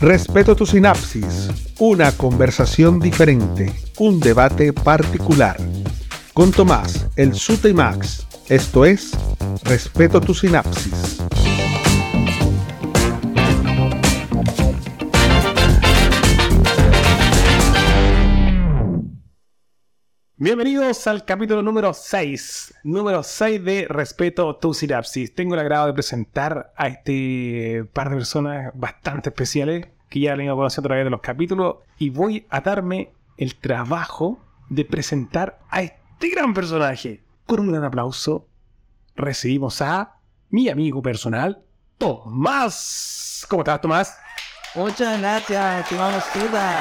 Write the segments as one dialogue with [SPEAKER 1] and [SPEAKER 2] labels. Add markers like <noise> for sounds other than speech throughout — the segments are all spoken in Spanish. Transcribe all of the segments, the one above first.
[SPEAKER 1] Respeto tu sinapsis, una conversación diferente, un debate particular. Con Tomás, el Sute y Max, esto es Respeto tu sinapsis.
[SPEAKER 2] Bienvenidos al capítulo número 6, número 6 de Respeto tu sinapsis. Tengo el agrado de presentar a este par de personas bastante especiales que ya han ido conociendo a través de los capítulos y voy a darme el trabajo de presentar a este gran personaje. Con un gran aplauso recibimos a mi amigo personal, Tomás. ¿Cómo estás, Tomás?
[SPEAKER 3] Muchas gracias, estimado Suda.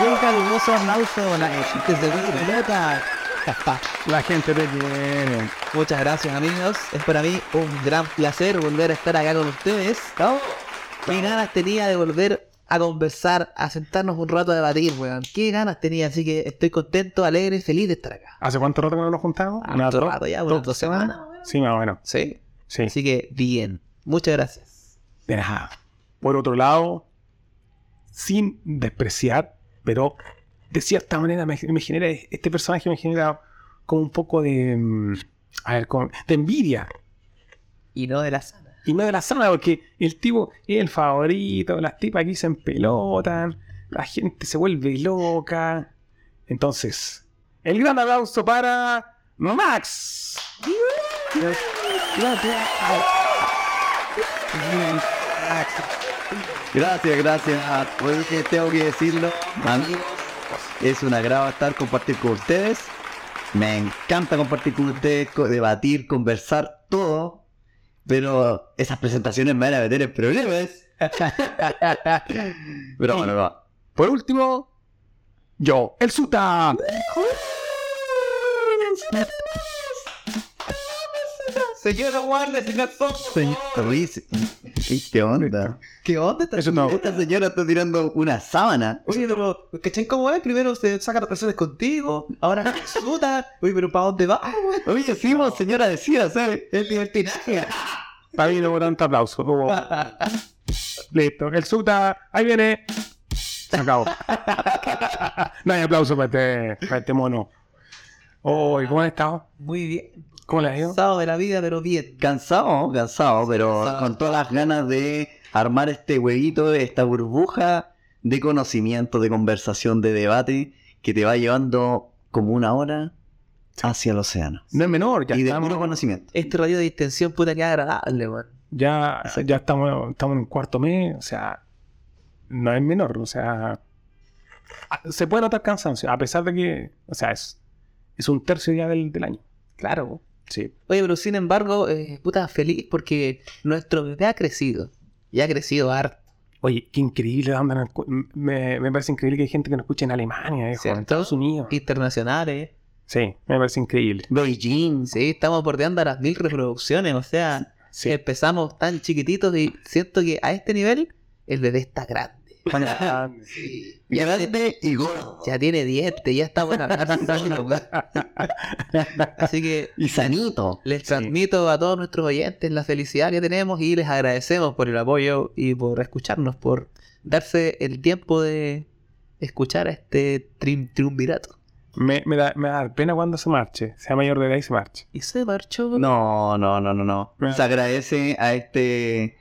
[SPEAKER 3] Un caluroso aplauso a la gente de Vilota. Jaja.
[SPEAKER 2] La gente te quiere.
[SPEAKER 3] Muchas gracias, amigos. Es para mí un gran placer volver a estar acá con ustedes. Qué ganas tenía de volver a conversar, a sentarnos un rato a debatir, weón. Qué ganas tenía, así que estoy contento, alegre, feliz de estar acá.
[SPEAKER 2] ¿Hace cuánto rato que no nos juntamos?
[SPEAKER 3] Ah,
[SPEAKER 2] Una,
[SPEAKER 3] otro
[SPEAKER 2] dos,
[SPEAKER 3] rato ya, unas dos semanas.
[SPEAKER 2] Sí, más o menos.
[SPEAKER 3] Sí.
[SPEAKER 2] Sí.
[SPEAKER 3] Así que bien. Muchas gracias.
[SPEAKER 2] De nada. Por otro lado, sin despreciar, pero de cierta manera me, me genera, este personaje me genera como un poco de, mm, a ver, como- de envidia.
[SPEAKER 3] Y no de la sana.
[SPEAKER 2] Y no de la sana, porque el tipo es el favorito, las tipas aquí se empelotan, la gente se vuelve loca. Entonces, el gran aplauso para Max.
[SPEAKER 4] Gracias, gracias. a- Pues que tengo que decirlo, amigos. Es un agrado estar compartir con ustedes. Me encanta compartir con ustedes, co- debatir, conversar, todo. Pero esas presentaciones me van a meter en problemas. <laughs> Pero bueno, va.
[SPEAKER 2] Por último, yo, el Sultán.
[SPEAKER 3] Señor guarde, señor
[SPEAKER 4] Riz, ¿y ¿Qué onda?
[SPEAKER 3] ¿Qué onda? esta
[SPEAKER 2] Eso no.
[SPEAKER 4] Esta señora está tirando una sábana.
[SPEAKER 3] Oye, pero, ¿cachai cómo es? Primero se saca las personas contigo, ahora suda. Oye, pero ¿para dónde va?
[SPEAKER 4] Ah, Oye, sí, vos, señora, decía, ¿sabes?
[SPEAKER 3] El libertinaje.
[SPEAKER 2] Para mí no hubo tanto aplauso.
[SPEAKER 4] <laughs>
[SPEAKER 2] hubo- Listo, el Sultán, ahí viene. Se
[SPEAKER 4] <laughs>
[SPEAKER 2] acabó. no hay aplauso para este, para este mono. Oh, ¿y ¿cómo han estado?
[SPEAKER 3] Muy bien.
[SPEAKER 2] ¿Cómo les ha ido?
[SPEAKER 3] Cansado de la vida, pero bien.
[SPEAKER 4] Cansado, cansado, pero
[SPEAKER 3] Cansado.
[SPEAKER 4] con todas las ganas de armar este huevito, esta burbuja de conocimiento, de conversación, de debate, que te va llevando como una hora hacia el océano.
[SPEAKER 2] No es menor, ya
[SPEAKER 4] y de
[SPEAKER 2] estamos.
[SPEAKER 4] puro conocimiento.
[SPEAKER 3] Este radio de distensión puta que agradable, weón.
[SPEAKER 2] Ya,
[SPEAKER 4] Exacto.
[SPEAKER 2] ya estamos, estamos en un cuarto mes, o sea, no es menor, o sea, a- se puede notar cansancio, a pesar de que, o sea, es, es un tercio ya del, del año.
[SPEAKER 3] Claro. weón.
[SPEAKER 2] Sí,
[SPEAKER 3] Oye, pero sin embargo, eh, puta feliz porque nuestro bebé ha crecido. Y ha crecido harto,
[SPEAKER 2] Oye, qué increíble, andan en cu- m- me, me parece increíble que hay gente que nos escucha en Alemania, viejo, en
[SPEAKER 3] ¿Cierto?
[SPEAKER 2] Estados Unidos.
[SPEAKER 3] internacionales.
[SPEAKER 2] Sí, me parece increíble.
[SPEAKER 4] Beijing.
[SPEAKER 3] Sí, estamos bordeando a las mil reproducciones, o sea.
[SPEAKER 2] Sí.
[SPEAKER 3] Empezamos tan chiquititos y siento que a este nivel el bebé está grande.
[SPEAKER 2] <laughs> Ah,
[SPEAKER 4] Grande y gordo.
[SPEAKER 3] Ya tiene dientes, ya está buena. <laughs> Así que
[SPEAKER 4] Y sanito.
[SPEAKER 3] les
[SPEAKER 2] Sí.
[SPEAKER 3] transmito a todos nuestros oyentes la felicidad que tenemos y les agradecemos por el apoyo y por escucharnos, por darse el tiempo de escuchar a este trim- triunvirato.
[SPEAKER 2] me, me da, me da pena cuando se marche, sea mayor de edad y se marche.
[SPEAKER 3] Y se marchó.
[SPEAKER 4] No, no, no, no, no. Se agradece a este.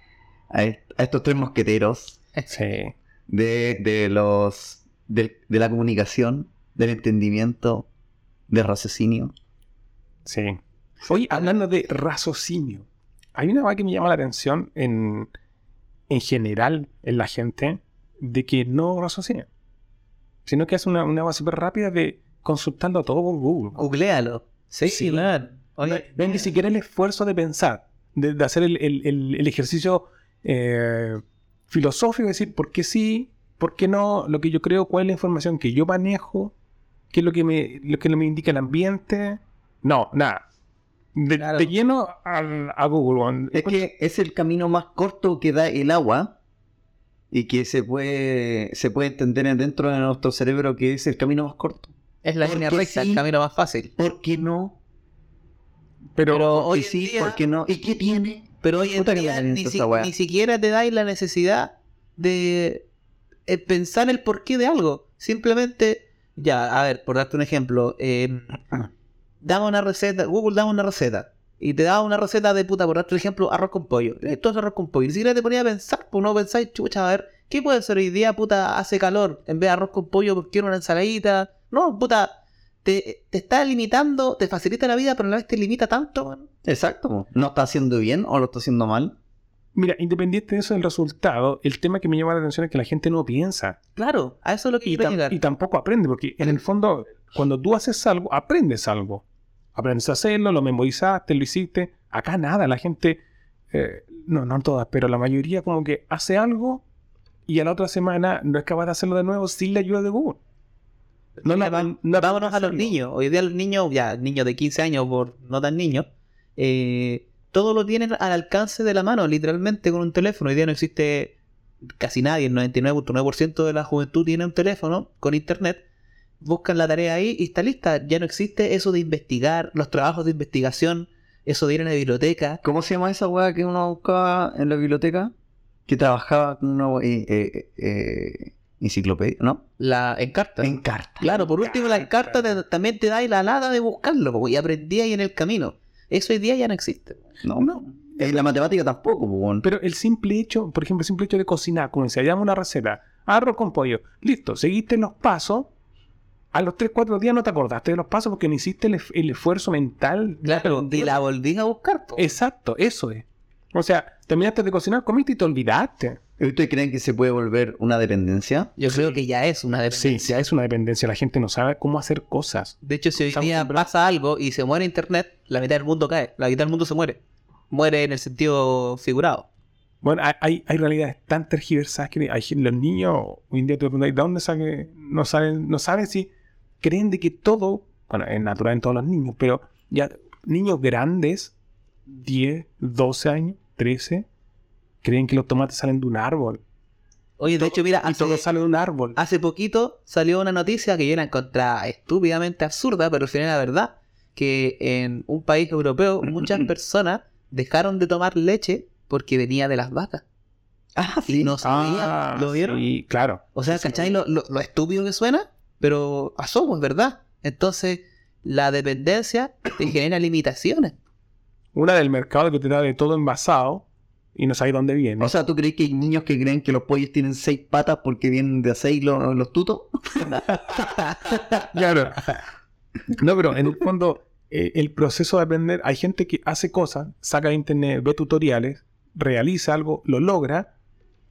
[SPEAKER 4] a, est- a estos tres mosqueteros
[SPEAKER 2] Sí.
[SPEAKER 4] de, de los del- de, la comunicación, del entendimiento, del raciocinio.
[SPEAKER 2] Sí. Oye, hablando de raciocinio, hay una cosa que me llama la atención en, en general en la gente de que no raciocina, sino que hace una, una cosa súper rápida de consultando todo por Google.
[SPEAKER 3] Googlealo. Sí,
[SPEAKER 2] Sí.
[SPEAKER 3] man.
[SPEAKER 2] No
[SPEAKER 3] Oye,
[SPEAKER 2] hay- no hay ni siquiera el esfuerzo de pensar, de, de hacer el, el- el- el ejercicio eh, filosófico, de decir por qué sí, por qué no, lo que yo creo, cuál es la información que yo manejo, qué es lo que me, lo que me indica el ambiente. No, nada. De,
[SPEAKER 3] Claro.
[SPEAKER 2] de lleno al- a Google. weón.
[SPEAKER 4] Es que es el camino más corto que da el agua y que se puede, se puede entender dentro de nuestro cerebro que es el camino más corto.
[SPEAKER 3] Es la línea
[SPEAKER 4] Porque
[SPEAKER 3] recta,
[SPEAKER 4] sí.
[SPEAKER 3] el camino más fácil.
[SPEAKER 4] ¿Por qué no?
[SPEAKER 2] pero,
[SPEAKER 3] Pero
[SPEAKER 4] ¿Por
[SPEAKER 3] hoy
[SPEAKER 4] qué sí?
[SPEAKER 3] en día-
[SPEAKER 4] ¿Por qué no? ¿Y qué tiene?
[SPEAKER 3] Pero hoy en
[SPEAKER 4] Puta que
[SPEAKER 3] día
[SPEAKER 4] me
[SPEAKER 3] ni,
[SPEAKER 4] aliento
[SPEAKER 3] si-
[SPEAKER 4] esa weá.
[SPEAKER 3] ni siquiera te dais la necesidad de el pensar el porqué de algo. Simplemente, ya, a ver, por darte un ejemplo,
[SPEAKER 4] <clears throat>
[SPEAKER 3] eh, dame una receta, Google dame una receta. Y te daba una receta de puta, por darte un ejemplo, arroz con pollo. Esto es arroz con pollo. Ni siquiera te ponía a pensar, pues no pensáis, chucha, a ver, ¿qué puede ser hoy día, puta, hace calor? En vez de arroz con pollo, porque quiero una ensaladita. No, puta, te, te está limitando, te facilita la vida, pero a la vez te limita tanto, weón.
[SPEAKER 4] Exacto. po. ¿No está haciendo bien o lo está haciendo mal?
[SPEAKER 2] Mira, independiente de eso del resultado, el tema que me llama la atención es que la gente no piensa
[SPEAKER 3] Claro, a eso es lo que
[SPEAKER 2] y,
[SPEAKER 3] quiero
[SPEAKER 2] tam-
[SPEAKER 3] llegar.
[SPEAKER 2] y tampoco aprende, porque en el fondo, cuando tú haces algo, aprendes algo. Aprendes a hacerlo, lo memorizaste, lo hiciste. Acá nada, la gente, eh, no, no todas, pero la mayoría como que hace algo y a la otra semana no es capaz de hacerlo de nuevo sin la ayuda de Google. No la-
[SPEAKER 3] Mira,
[SPEAKER 2] no aprende
[SPEAKER 3] Vámonos a los
[SPEAKER 2] hacerlo.
[SPEAKER 3] niños. Hoy día los niños, ya niños de 15 años, por no tan niños, eh, todo lo tienen al alcance de la mano, literalmente con un teléfono. Hoy día no existe casi nadie, el 99.9% de la juventud tiene un teléfono con internet. Buscan la tarea ahí y está lista. Ya no existe eso de investigar, los trabajos de investigación, eso de ir a la biblioteca.
[SPEAKER 4] ¿Cómo se llama esa weá que uno buscaba en la biblioteca? Que trabajaba con una weá- eh, eh, eh, enciclopedia, ¿no?
[SPEAKER 3] La encarta.
[SPEAKER 4] En carta.
[SPEAKER 3] Claro, por último la encarta te- también te da la lada de buscarlo po, y aprendí ahí en el camino. Eso hoy día ya no existe.
[SPEAKER 4] No.
[SPEAKER 2] No.
[SPEAKER 4] Y la matemática tampoco, po, weón.
[SPEAKER 2] Pero el simple hecho, por ejemplo, el simple hecho de cocinar, como se llama una receta, arroz con pollo, listo, seguiste los pasos, a los 3, 4 días no te acordaste de los pasos porque no hiciste el, es- el esfuerzo mental.
[SPEAKER 3] Claro, y la volví a buscar. po.
[SPEAKER 2] Exacto, eso es. O sea, terminaste de cocinar, comiste y te olvidaste.
[SPEAKER 4] ¿Y ¿Ustedes creen que se puede volver una dependencia?
[SPEAKER 3] Yo creo que ya es una
[SPEAKER 2] Sí,
[SPEAKER 3] dependencia.
[SPEAKER 2] ya es una dependencia, la gente no sabe cómo hacer cosas.
[SPEAKER 3] De hecho, si hoy
[SPEAKER 2] Estamos
[SPEAKER 3] día pasa algo y se muere Internet, la mitad del mundo cae. La mitad del mundo se muere. Muere en el sentido figurado.
[SPEAKER 2] Bueno, hay- hay, hay realidades tan tergiversadas que hay gen- los niños hoy en día te preguntáis, ¿de dónde saque? No saben, no saben si creen de que todo, bueno, es natural en todos los niños, pero ya niños grandes, 10, 12 años, 13, creen que los tomates salen de un árbol.
[SPEAKER 3] Oye, de hecho, mira,
[SPEAKER 2] y todo
[SPEAKER 3] hace,
[SPEAKER 2] sale de un árbol.
[SPEAKER 3] hace poquito salió una noticia que yo la encontraba estúpidamente absurda, pero al final era verdad, que en un
[SPEAKER 2] <clears throat>
[SPEAKER 3] país europeo muchas personas dejaron de tomar leche porque venía de las vacas.
[SPEAKER 4] Ah,
[SPEAKER 3] Y no sabían, Ah, ¿lo vieron?
[SPEAKER 2] Ah, Sí, claro.
[SPEAKER 3] O sea, ¿cachai? Lo, lo- lo estúpido que suena, pero pasó, pues, ¿verdad? Entonces, la dependencia te genera limitaciones.
[SPEAKER 2] Una del mercado que te da de todo envasado y no sabes dónde viene.
[SPEAKER 4] O sea, ¿tú crees que hay niños que creen que los pollos tienen seis patas porque vienen de a seis los, los tutos?
[SPEAKER 3] <laughs>
[SPEAKER 2] Claro. No, pero en el fondo, eh, el proceso de aprender, hay gente que hace cosas, saca de internet, ve tutoriales, realiza algo, lo logra,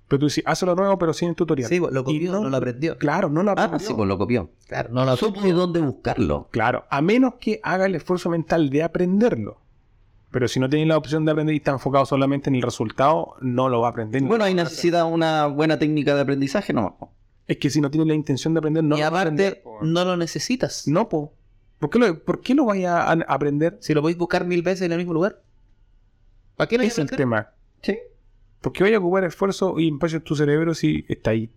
[SPEAKER 2] pero tú dices, hace lo nuevo, pero sin el tutorial.
[SPEAKER 3] Sí, pues, lo
[SPEAKER 2] Y
[SPEAKER 3] copió, no, lo aprendió.
[SPEAKER 2] Claro, no lo
[SPEAKER 4] Ah,
[SPEAKER 2] aprendió.
[SPEAKER 4] sí, pues lo copió.
[SPEAKER 3] Claro, no lo
[SPEAKER 4] Supo dónde buscarlo.
[SPEAKER 2] Claro, a menos que haga el esfuerzo mental de aprenderlo. Pero si no tiene la opción de aprender y está enfocado solamente en el resultado, no lo va a aprender.
[SPEAKER 4] Bueno, ahí necesita una buena técnica de aprendizaje nomás. <laughs> po.
[SPEAKER 2] es que si no tiene la intención de aprender, no
[SPEAKER 3] y
[SPEAKER 2] lo va a
[SPEAKER 3] aparte,
[SPEAKER 2] aprender, po.
[SPEAKER 3] no lo necesitas.
[SPEAKER 2] No, po. ¿Por qué lo, por qué lo vaya a a aprender?
[SPEAKER 3] Si lo podéis buscar mil veces en el mismo lugar. ¿Para qué lo
[SPEAKER 2] Ese es el
[SPEAKER 3] necesitas?
[SPEAKER 2] tema.
[SPEAKER 4] Sí.
[SPEAKER 2] Porque vaya a ocupar esfuerzo y espacio en tu cerebro si está
[SPEAKER 3] <laughs>
[SPEAKER 2] ahí.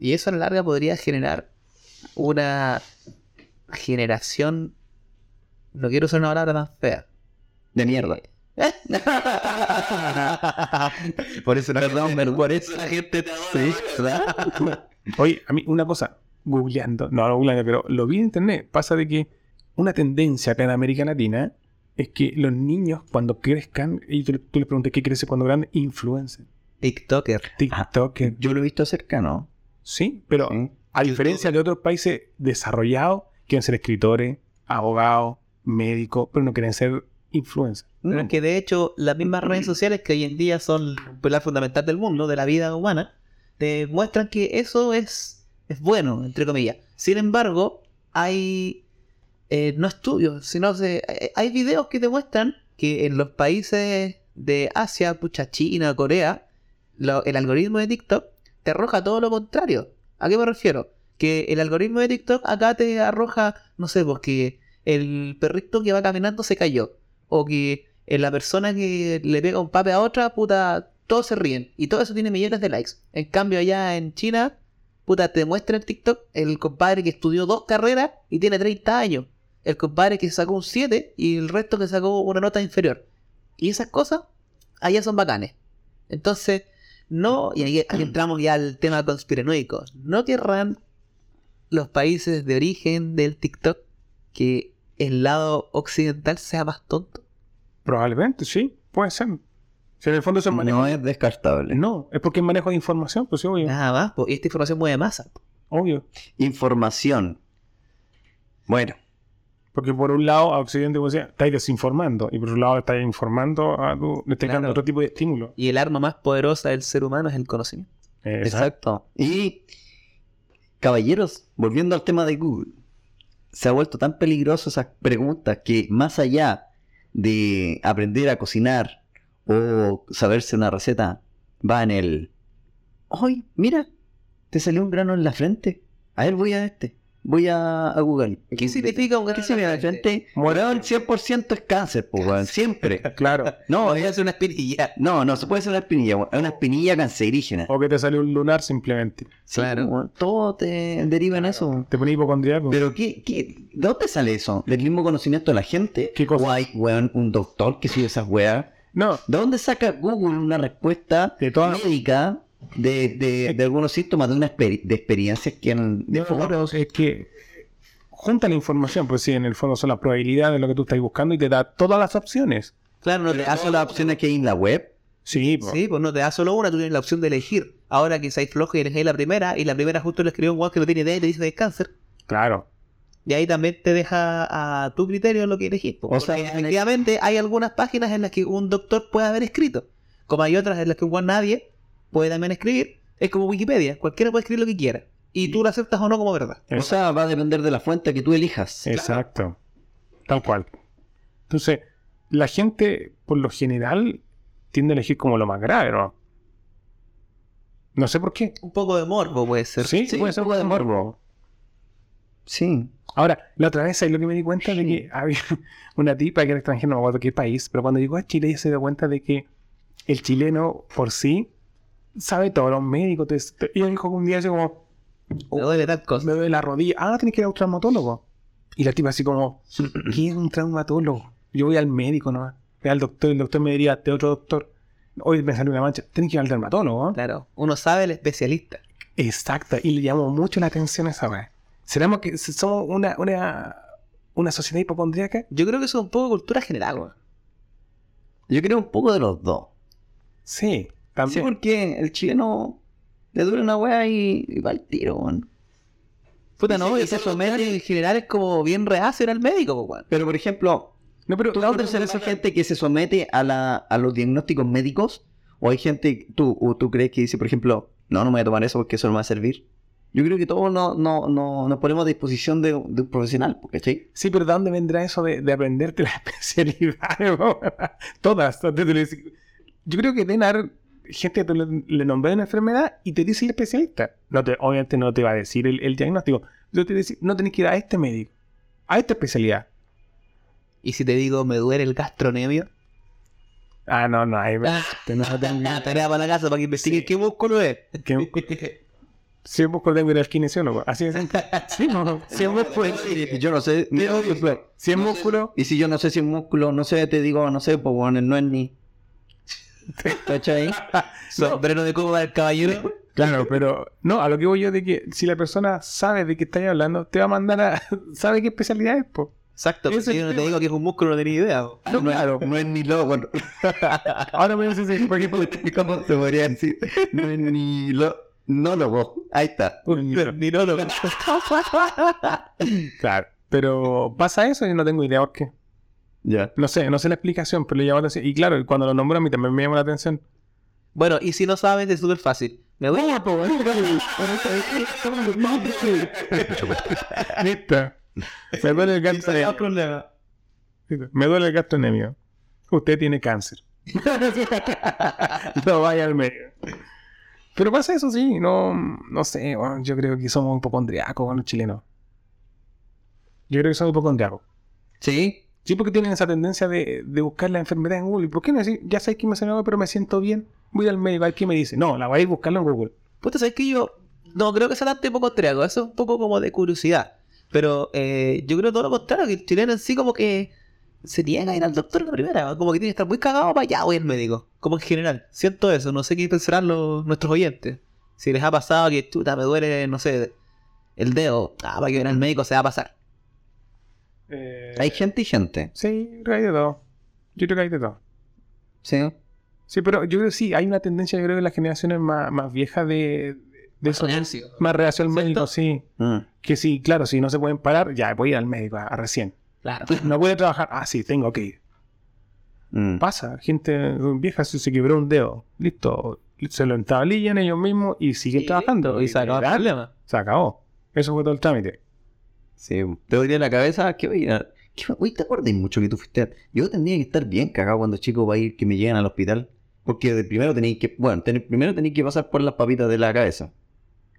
[SPEAKER 3] Y eso a la larga podría generar una generación. No quiero usar una palabra tan fea. Eh,
[SPEAKER 4] De mierda. Por eso la Perdón, gente, por eso la gente te adora. Sí, ¿verdad?
[SPEAKER 2] Oye, a mí una cosa, googleando, no, no googleando, pero lo vi en internet, pasa de que una tendencia acá en América Latina es que los niños cuando crezcan, y tú, tú les preguntas qué crece cuando grande, influencer,
[SPEAKER 3] <laughs> Ah. TikToker.
[SPEAKER 2] TikToker.
[SPEAKER 4] Yo lo he visto cerca, ¿no?
[SPEAKER 2] Sí, pero a diferencia de otros países desarrollados, quieren ser escritores, abogados, médicos, pero no quieren ser influencers.
[SPEAKER 3] Pero es que de hecho, las mismas redes sociales que hoy en día son un pilar fundamental del mundo, de la vida humana, te muestran que eso es, es bueno, entre comillas. Sin embargo, hay eh, no estudios, sino se- hay- hay videos que te muestran que en los países de Asia, pucha, China, Corea, lo- el algoritmo de TikTok te arroja todo lo contrario. ¿A qué me refiero? Que el algoritmo de TikTok acá te arroja, no sé, pues que el perrito que va caminando se cayó. O que eh, la persona que le pega un pape a otra, puta, todos se ríen. Y todo eso tiene millones de likes. En cambio, allá en China, puta, te muestra en TikTok el compadre que estudió dos carreras y tiene 30 años. El compadre que sacó un 7 y el resto que sacó una nota inferior. Y esas cosas allá son bacanes. Entonces, No, y ahí, ahí entramos ya al tema conspiranoico. ¿No querrán los países de origen del TikTok que el lado occidental sea más tonto?
[SPEAKER 2] Probablemente, sí, puede ser. Si en el fondo se maneja.
[SPEAKER 4] No es descartable.
[SPEAKER 2] No, es porque es manejo de información, pues sí, obvio.
[SPEAKER 4] Ah.
[SPEAKER 3] Nada más, po, y esta información mueve masa. po.
[SPEAKER 2] Obvio.
[SPEAKER 4] Información. Bueno,
[SPEAKER 2] Porque por un lado, a Occidente, como decía, estáis desinformando. Y por otro lado, estáis informando a tu. Le estáis
[SPEAKER 3] Claro.
[SPEAKER 2] dando otro tipo de estímulo.
[SPEAKER 3] Y el arma más poderosa del ser humano es el conocimiento.
[SPEAKER 2] Eh,
[SPEAKER 4] exacto. Y, caballeros, volviendo al tema de Google, se ha vuelto tan peligroso esas preguntas que más allá de aprender a cocinar o saberse una receta, va en el... ¡Ay, mira! Te salió un grano en la frente. A ver, voy a este. Voy a, a Google.
[SPEAKER 3] ¿Qué significa un
[SPEAKER 4] ¿Qué
[SPEAKER 3] grano en
[SPEAKER 4] significa
[SPEAKER 3] la
[SPEAKER 4] la frente? Morado 100% es cáncer, pues,
[SPEAKER 3] <laughs>
[SPEAKER 4] weón. Siempre.
[SPEAKER 2] Claro.
[SPEAKER 4] No,
[SPEAKER 3] Podría ser una espinilla.
[SPEAKER 4] No, no, se puede hacer una espinilla, weón. Es una espinilla cancerígena.
[SPEAKER 2] O que te salió un lunar simplemente.
[SPEAKER 4] Sí,
[SPEAKER 3] claro.
[SPEAKER 4] weón, todo te deriva en eso.
[SPEAKER 2] Te pones hipocondriaco.
[SPEAKER 4] Pero ¿qué, qué, ¿de dónde sale eso? ¿Del mismo conocimiento de la gente?
[SPEAKER 2] ¿Qué cosa?
[SPEAKER 4] ¿O hay, weón, un doctor que sigue esas weas?
[SPEAKER 2] No,
[SPEAKER 4] ¿De dónde saca Google una respuesta
[SPEAKER 2] De todas-
[SPEAKER 4] médica de, de- de algunos síntomas de una exper- de experiencias que han... De
[SPEAKER 2] No, no, no,
[SPEAKER 4] foros?
[SPEAKER 2] Es que junta la información, pues sí, en el fondo son las probabilidades de lo que tú estás buscando y te da todas las opciones.
[SPEAKER 3] Claro, no
[SPEAKER 4] ¿Te
[SPEAKER 3] te da
[SPEAKER 4] hacen
[SPEAKER 3] solo
[SPEAKER 4] las opciones que hay en la web?
[SPEAKER 2] Sí, po.
[SPEAKER 3] Sí, pues no te da solo una, tú tienes la opción de elegir. Ahora que seáis flojo y elegís la primera, y la primera justo le escribió un guau que no tiene idea y te dice que es cáncer.
[SPEAKER 2] claro.
[SPEAKER 3] Y ahí también te deja a tu criterio lo que elegís. po.
[SPEAKER 4] O sea,
[SPEAKER 3] Porque efectivamente hay algunas páginas en las que un doctor puede haber escrito. Como hay otras en las que un guau nadie puede también escribir. Es como Wikipedia, cualquiera puede escribir lo que quiera. Y tú lo aceptas o no como verdad.
[SPEAKER 4] O sea, va a depender de la fuente que tú elijas.
[SPEAKER 2] Exacto. Tal cual. Entonces, la gente, por lo general, tiende a elegir como lo más grave, ¿no? No sé por qué.
[SPEAKER 3] Un poco de morbo puede ser.
[SPEAKER 2] Sí,
[SPEAKER 4] sí,
[SPEAKER 2] puede ser
[SPEAKER 4] un poco de
[SPEAKER 2] morbo.
[SPEAKER 4] Sí.
[SPEAKER 2] Ahora, la otra vez, ahí lo que me di cuenta de que había <laughs> una tipa que era extranjera, no me acuerdo qué país, pero cuando llegó a Chile ella se dio cuenta de que el chileno por sí sabe todo, los médicos. entonces, te- ella dijo que un día así como,
[SPEAKER 3] Me duele tal cosa.
[SPEAKER 2] me duele la rodilla, ah, tienes que ir a un traumatólogo. Y la tipa así como, ¿qué es un traumatólogo? Yo voy al médico nomás, voy al doctor, el doctor me diría, este otro doctor, hoy me salió una mancha, tienes que ir al dermatólogo. ¿eh?".
[SPEAKER 3] Claro, uno sabe el especialista.
[SPEAKER 2] Exacto, y le llamó mucho la atención esa vez. ¿Seremos que somos una, una, una sociedad hipocondríaca?
[SPEAKER 3] Yo creo que eso es un poco cultura general, weón.
[SPEAKER 4] Yo creo un poco de los dos.
[SPEAKER 2] Sí,
[SPEAKER 4] Sí,
[SPEAKER 2] también.
[SPEAKER 4] porque el chileno le dura una weá y, y va al tiro, weón.
[SPEAKER 3] Puta, no,
[SPEAKER 4] Dice que
[SPEAKER 3] ese
[SPEAKER 4] ser
[SPEAKER 3] sommelier en general es como bien reacio era el médico, po, weón.
[SPEAKER 4] Pero, por ejemplo,
[SPEAKER 2] No, pero
[SPEAKER 4] ¿tú conoces a esa gente que se somete a, la, a los diagnósticos médicos? ¿O hay gente, tú, o tú crees que dice, por ejemplo, no, no me voy a tomar eso porque eso no me va a servir? Yo creo que todos no, no, no, nos ponemos a disposición de, de un profesional, porque sí.
[SPEAKER 2] Sí, pero ¿de dónde vendrá eso de, de aprenderte <laughs> las <laughs> especialidades? po? Todas. antes de decir- Yo creo que deben haber gente que te le, le nombré una enfermedad y te dice el especialista. No te, obviamente no te va a decir el, el diagnóstico. Yo te decir, no tenés que ir a este médico, a esta especialidad.
[SPEAKER 3] Y si te digo, me duele el gastronemio.
[SPEAKER 2] Ah, no, no, ahí me-
[SPEAKER 3] Ah,
[SPEAKER 2] te- no tengo-
[SPEAKER 3] la tarea para la casa para que investigues
[SPEAKER 2] Sí.
[SPEAKER 3] qué músculo es.
[SPEAKER 2] que- Si yo busco tengo que ir al kinesiólogo. Así es. Sí, no,
[SPEAKER 4] Si es músculo, yo no sé.
[SPEAKER 2] Si es músculo,
[SPEAKER 4] Y si yo no sé si es músculo, no sé, te digo, no sé, pues bueno, no es ni. <laughs> ¿Cachai?
[SPEAKER 3] Sombrero de copa del caballero.
[SPEAKER 2] Claro, pero no, a lo que voy yo de que si la persona sabe de qué estáis hablando, te va a mandar a. <laughs> sabe qué especialidad es, po.
[SPEAKER 3] Exacto,
[SPEAKER 2] Ese
[SPEAKER 3] si yo no te
[SPEAKER 2] tipo-
[SPEAKER 3] digo que es un músculo, no tenía idea. po.
[SPEAKER 4] Ah, No, claro. no es ni loco. <laughs>
[SPEAKER 2] Ahora voy a decir, por ejemplo,
[SPEAKER 4] ¿Cómo se podría decir? No es ni lo... No loco. Ahí está.
[SPEAKER 2] un-
[SPEAKER 3] Ni no, no.
[SPEAKER 2] Claro, pero pasa eso y no tengo idea por qué.
[SPEAKER 4] Ya.
[SPEAKER 2] No sé, no sé la explicación, pero le llamó la atención. Y claro, cuando lo nombró a mí también me llamó la atención.
[SPEAKER 3] bueno, y si no sabes, es súper fácil. Me duele. <laughs>
[SPEAKER 2] Listo. Me duele el gasto Me duele el gasto enemigo. Usted tiene cáncer. <laughs> no vaya al medio. Pero pasa eso, sí. No, no sé. bueno, yo creo que somos hipocondriacos con los chilenos. Yo creo que somos hipocondriacos.
[SPEAKER 4] ¿Sí?
[SPEAKER 2] Sí, porque tienen esa tendencia de, de buscar la enfermedad en Google. ¿Y ¿Por qué no decir, ya sabes que me salió algo, pero me siento bien? Voy al médico, a ver qué me dice. No, la voy a ir buscarlo en Google.
[SPEAKER 3] Puta, ¿sabes que yo no creo que sea tanto hipocondriaco? Eso es un poco como de curiosidad. Pero eh, yo creo todo lo contrario, que el chileno en sí como que se niega a ir al doctor en la primera. Como que tiene que estar muy cagado para allá o ir al médico. Como en general. Siento eso. No sé qué pensarán los, nuestros oyentes. Si les ha pasado que, chuta, me duele, no sé, el dedo. Ah, para que ir al médico se va a pasar.
[SPEAKER 2] Eh,
[SPEAKER 4] Hay gente y gente.
[SPEAKER 2] Sí, creo que hay de todo. Yo creo que hay de todo.
[SPEAKER 4] Sí.
[SPEAKER 2] Sí, pero yo creo que sí, hay una tendencia, yo creo que en las generaciones más, más viejas de, de eso. Más reacción al médico, sí.
[SPEAKER 4] Mm.
[SPEAKER 2] Que sí, claro, si no se pueden parar, ya voy a ir al médico a, a recién.
[SPEAKER 3] Claro.
[SPEAKER 2] No puede trabajar, ah, sí, tengo que ir.
[SPEAKER 4] Mm.
[SPEAKER 2] Pasa, gente vieja se, se quebró un dedo, listo, se lo entablillan ellos mismos y siguen
[SPEAKER 3] Sí,
[SPEAKER 2] trabajando.
[SPEAKER 3] Y se acaba el
[SPEAKER 2] literal,
[SPEAKER 3] problema.
[SPEAKER 2] Se acabó. Eso fue todo el trámite.
[SPEAKER 4] Sí, te doy la cabeza que hoy, que hoy te acordás mucho que tú fuiste. a- Yo tendría que estar bien cagado cuando chico para ir que me lleguen al hospital. Porque de primero tenéis que, bueno, ten- primero tenéis que pasar por las papitas de la cabeza.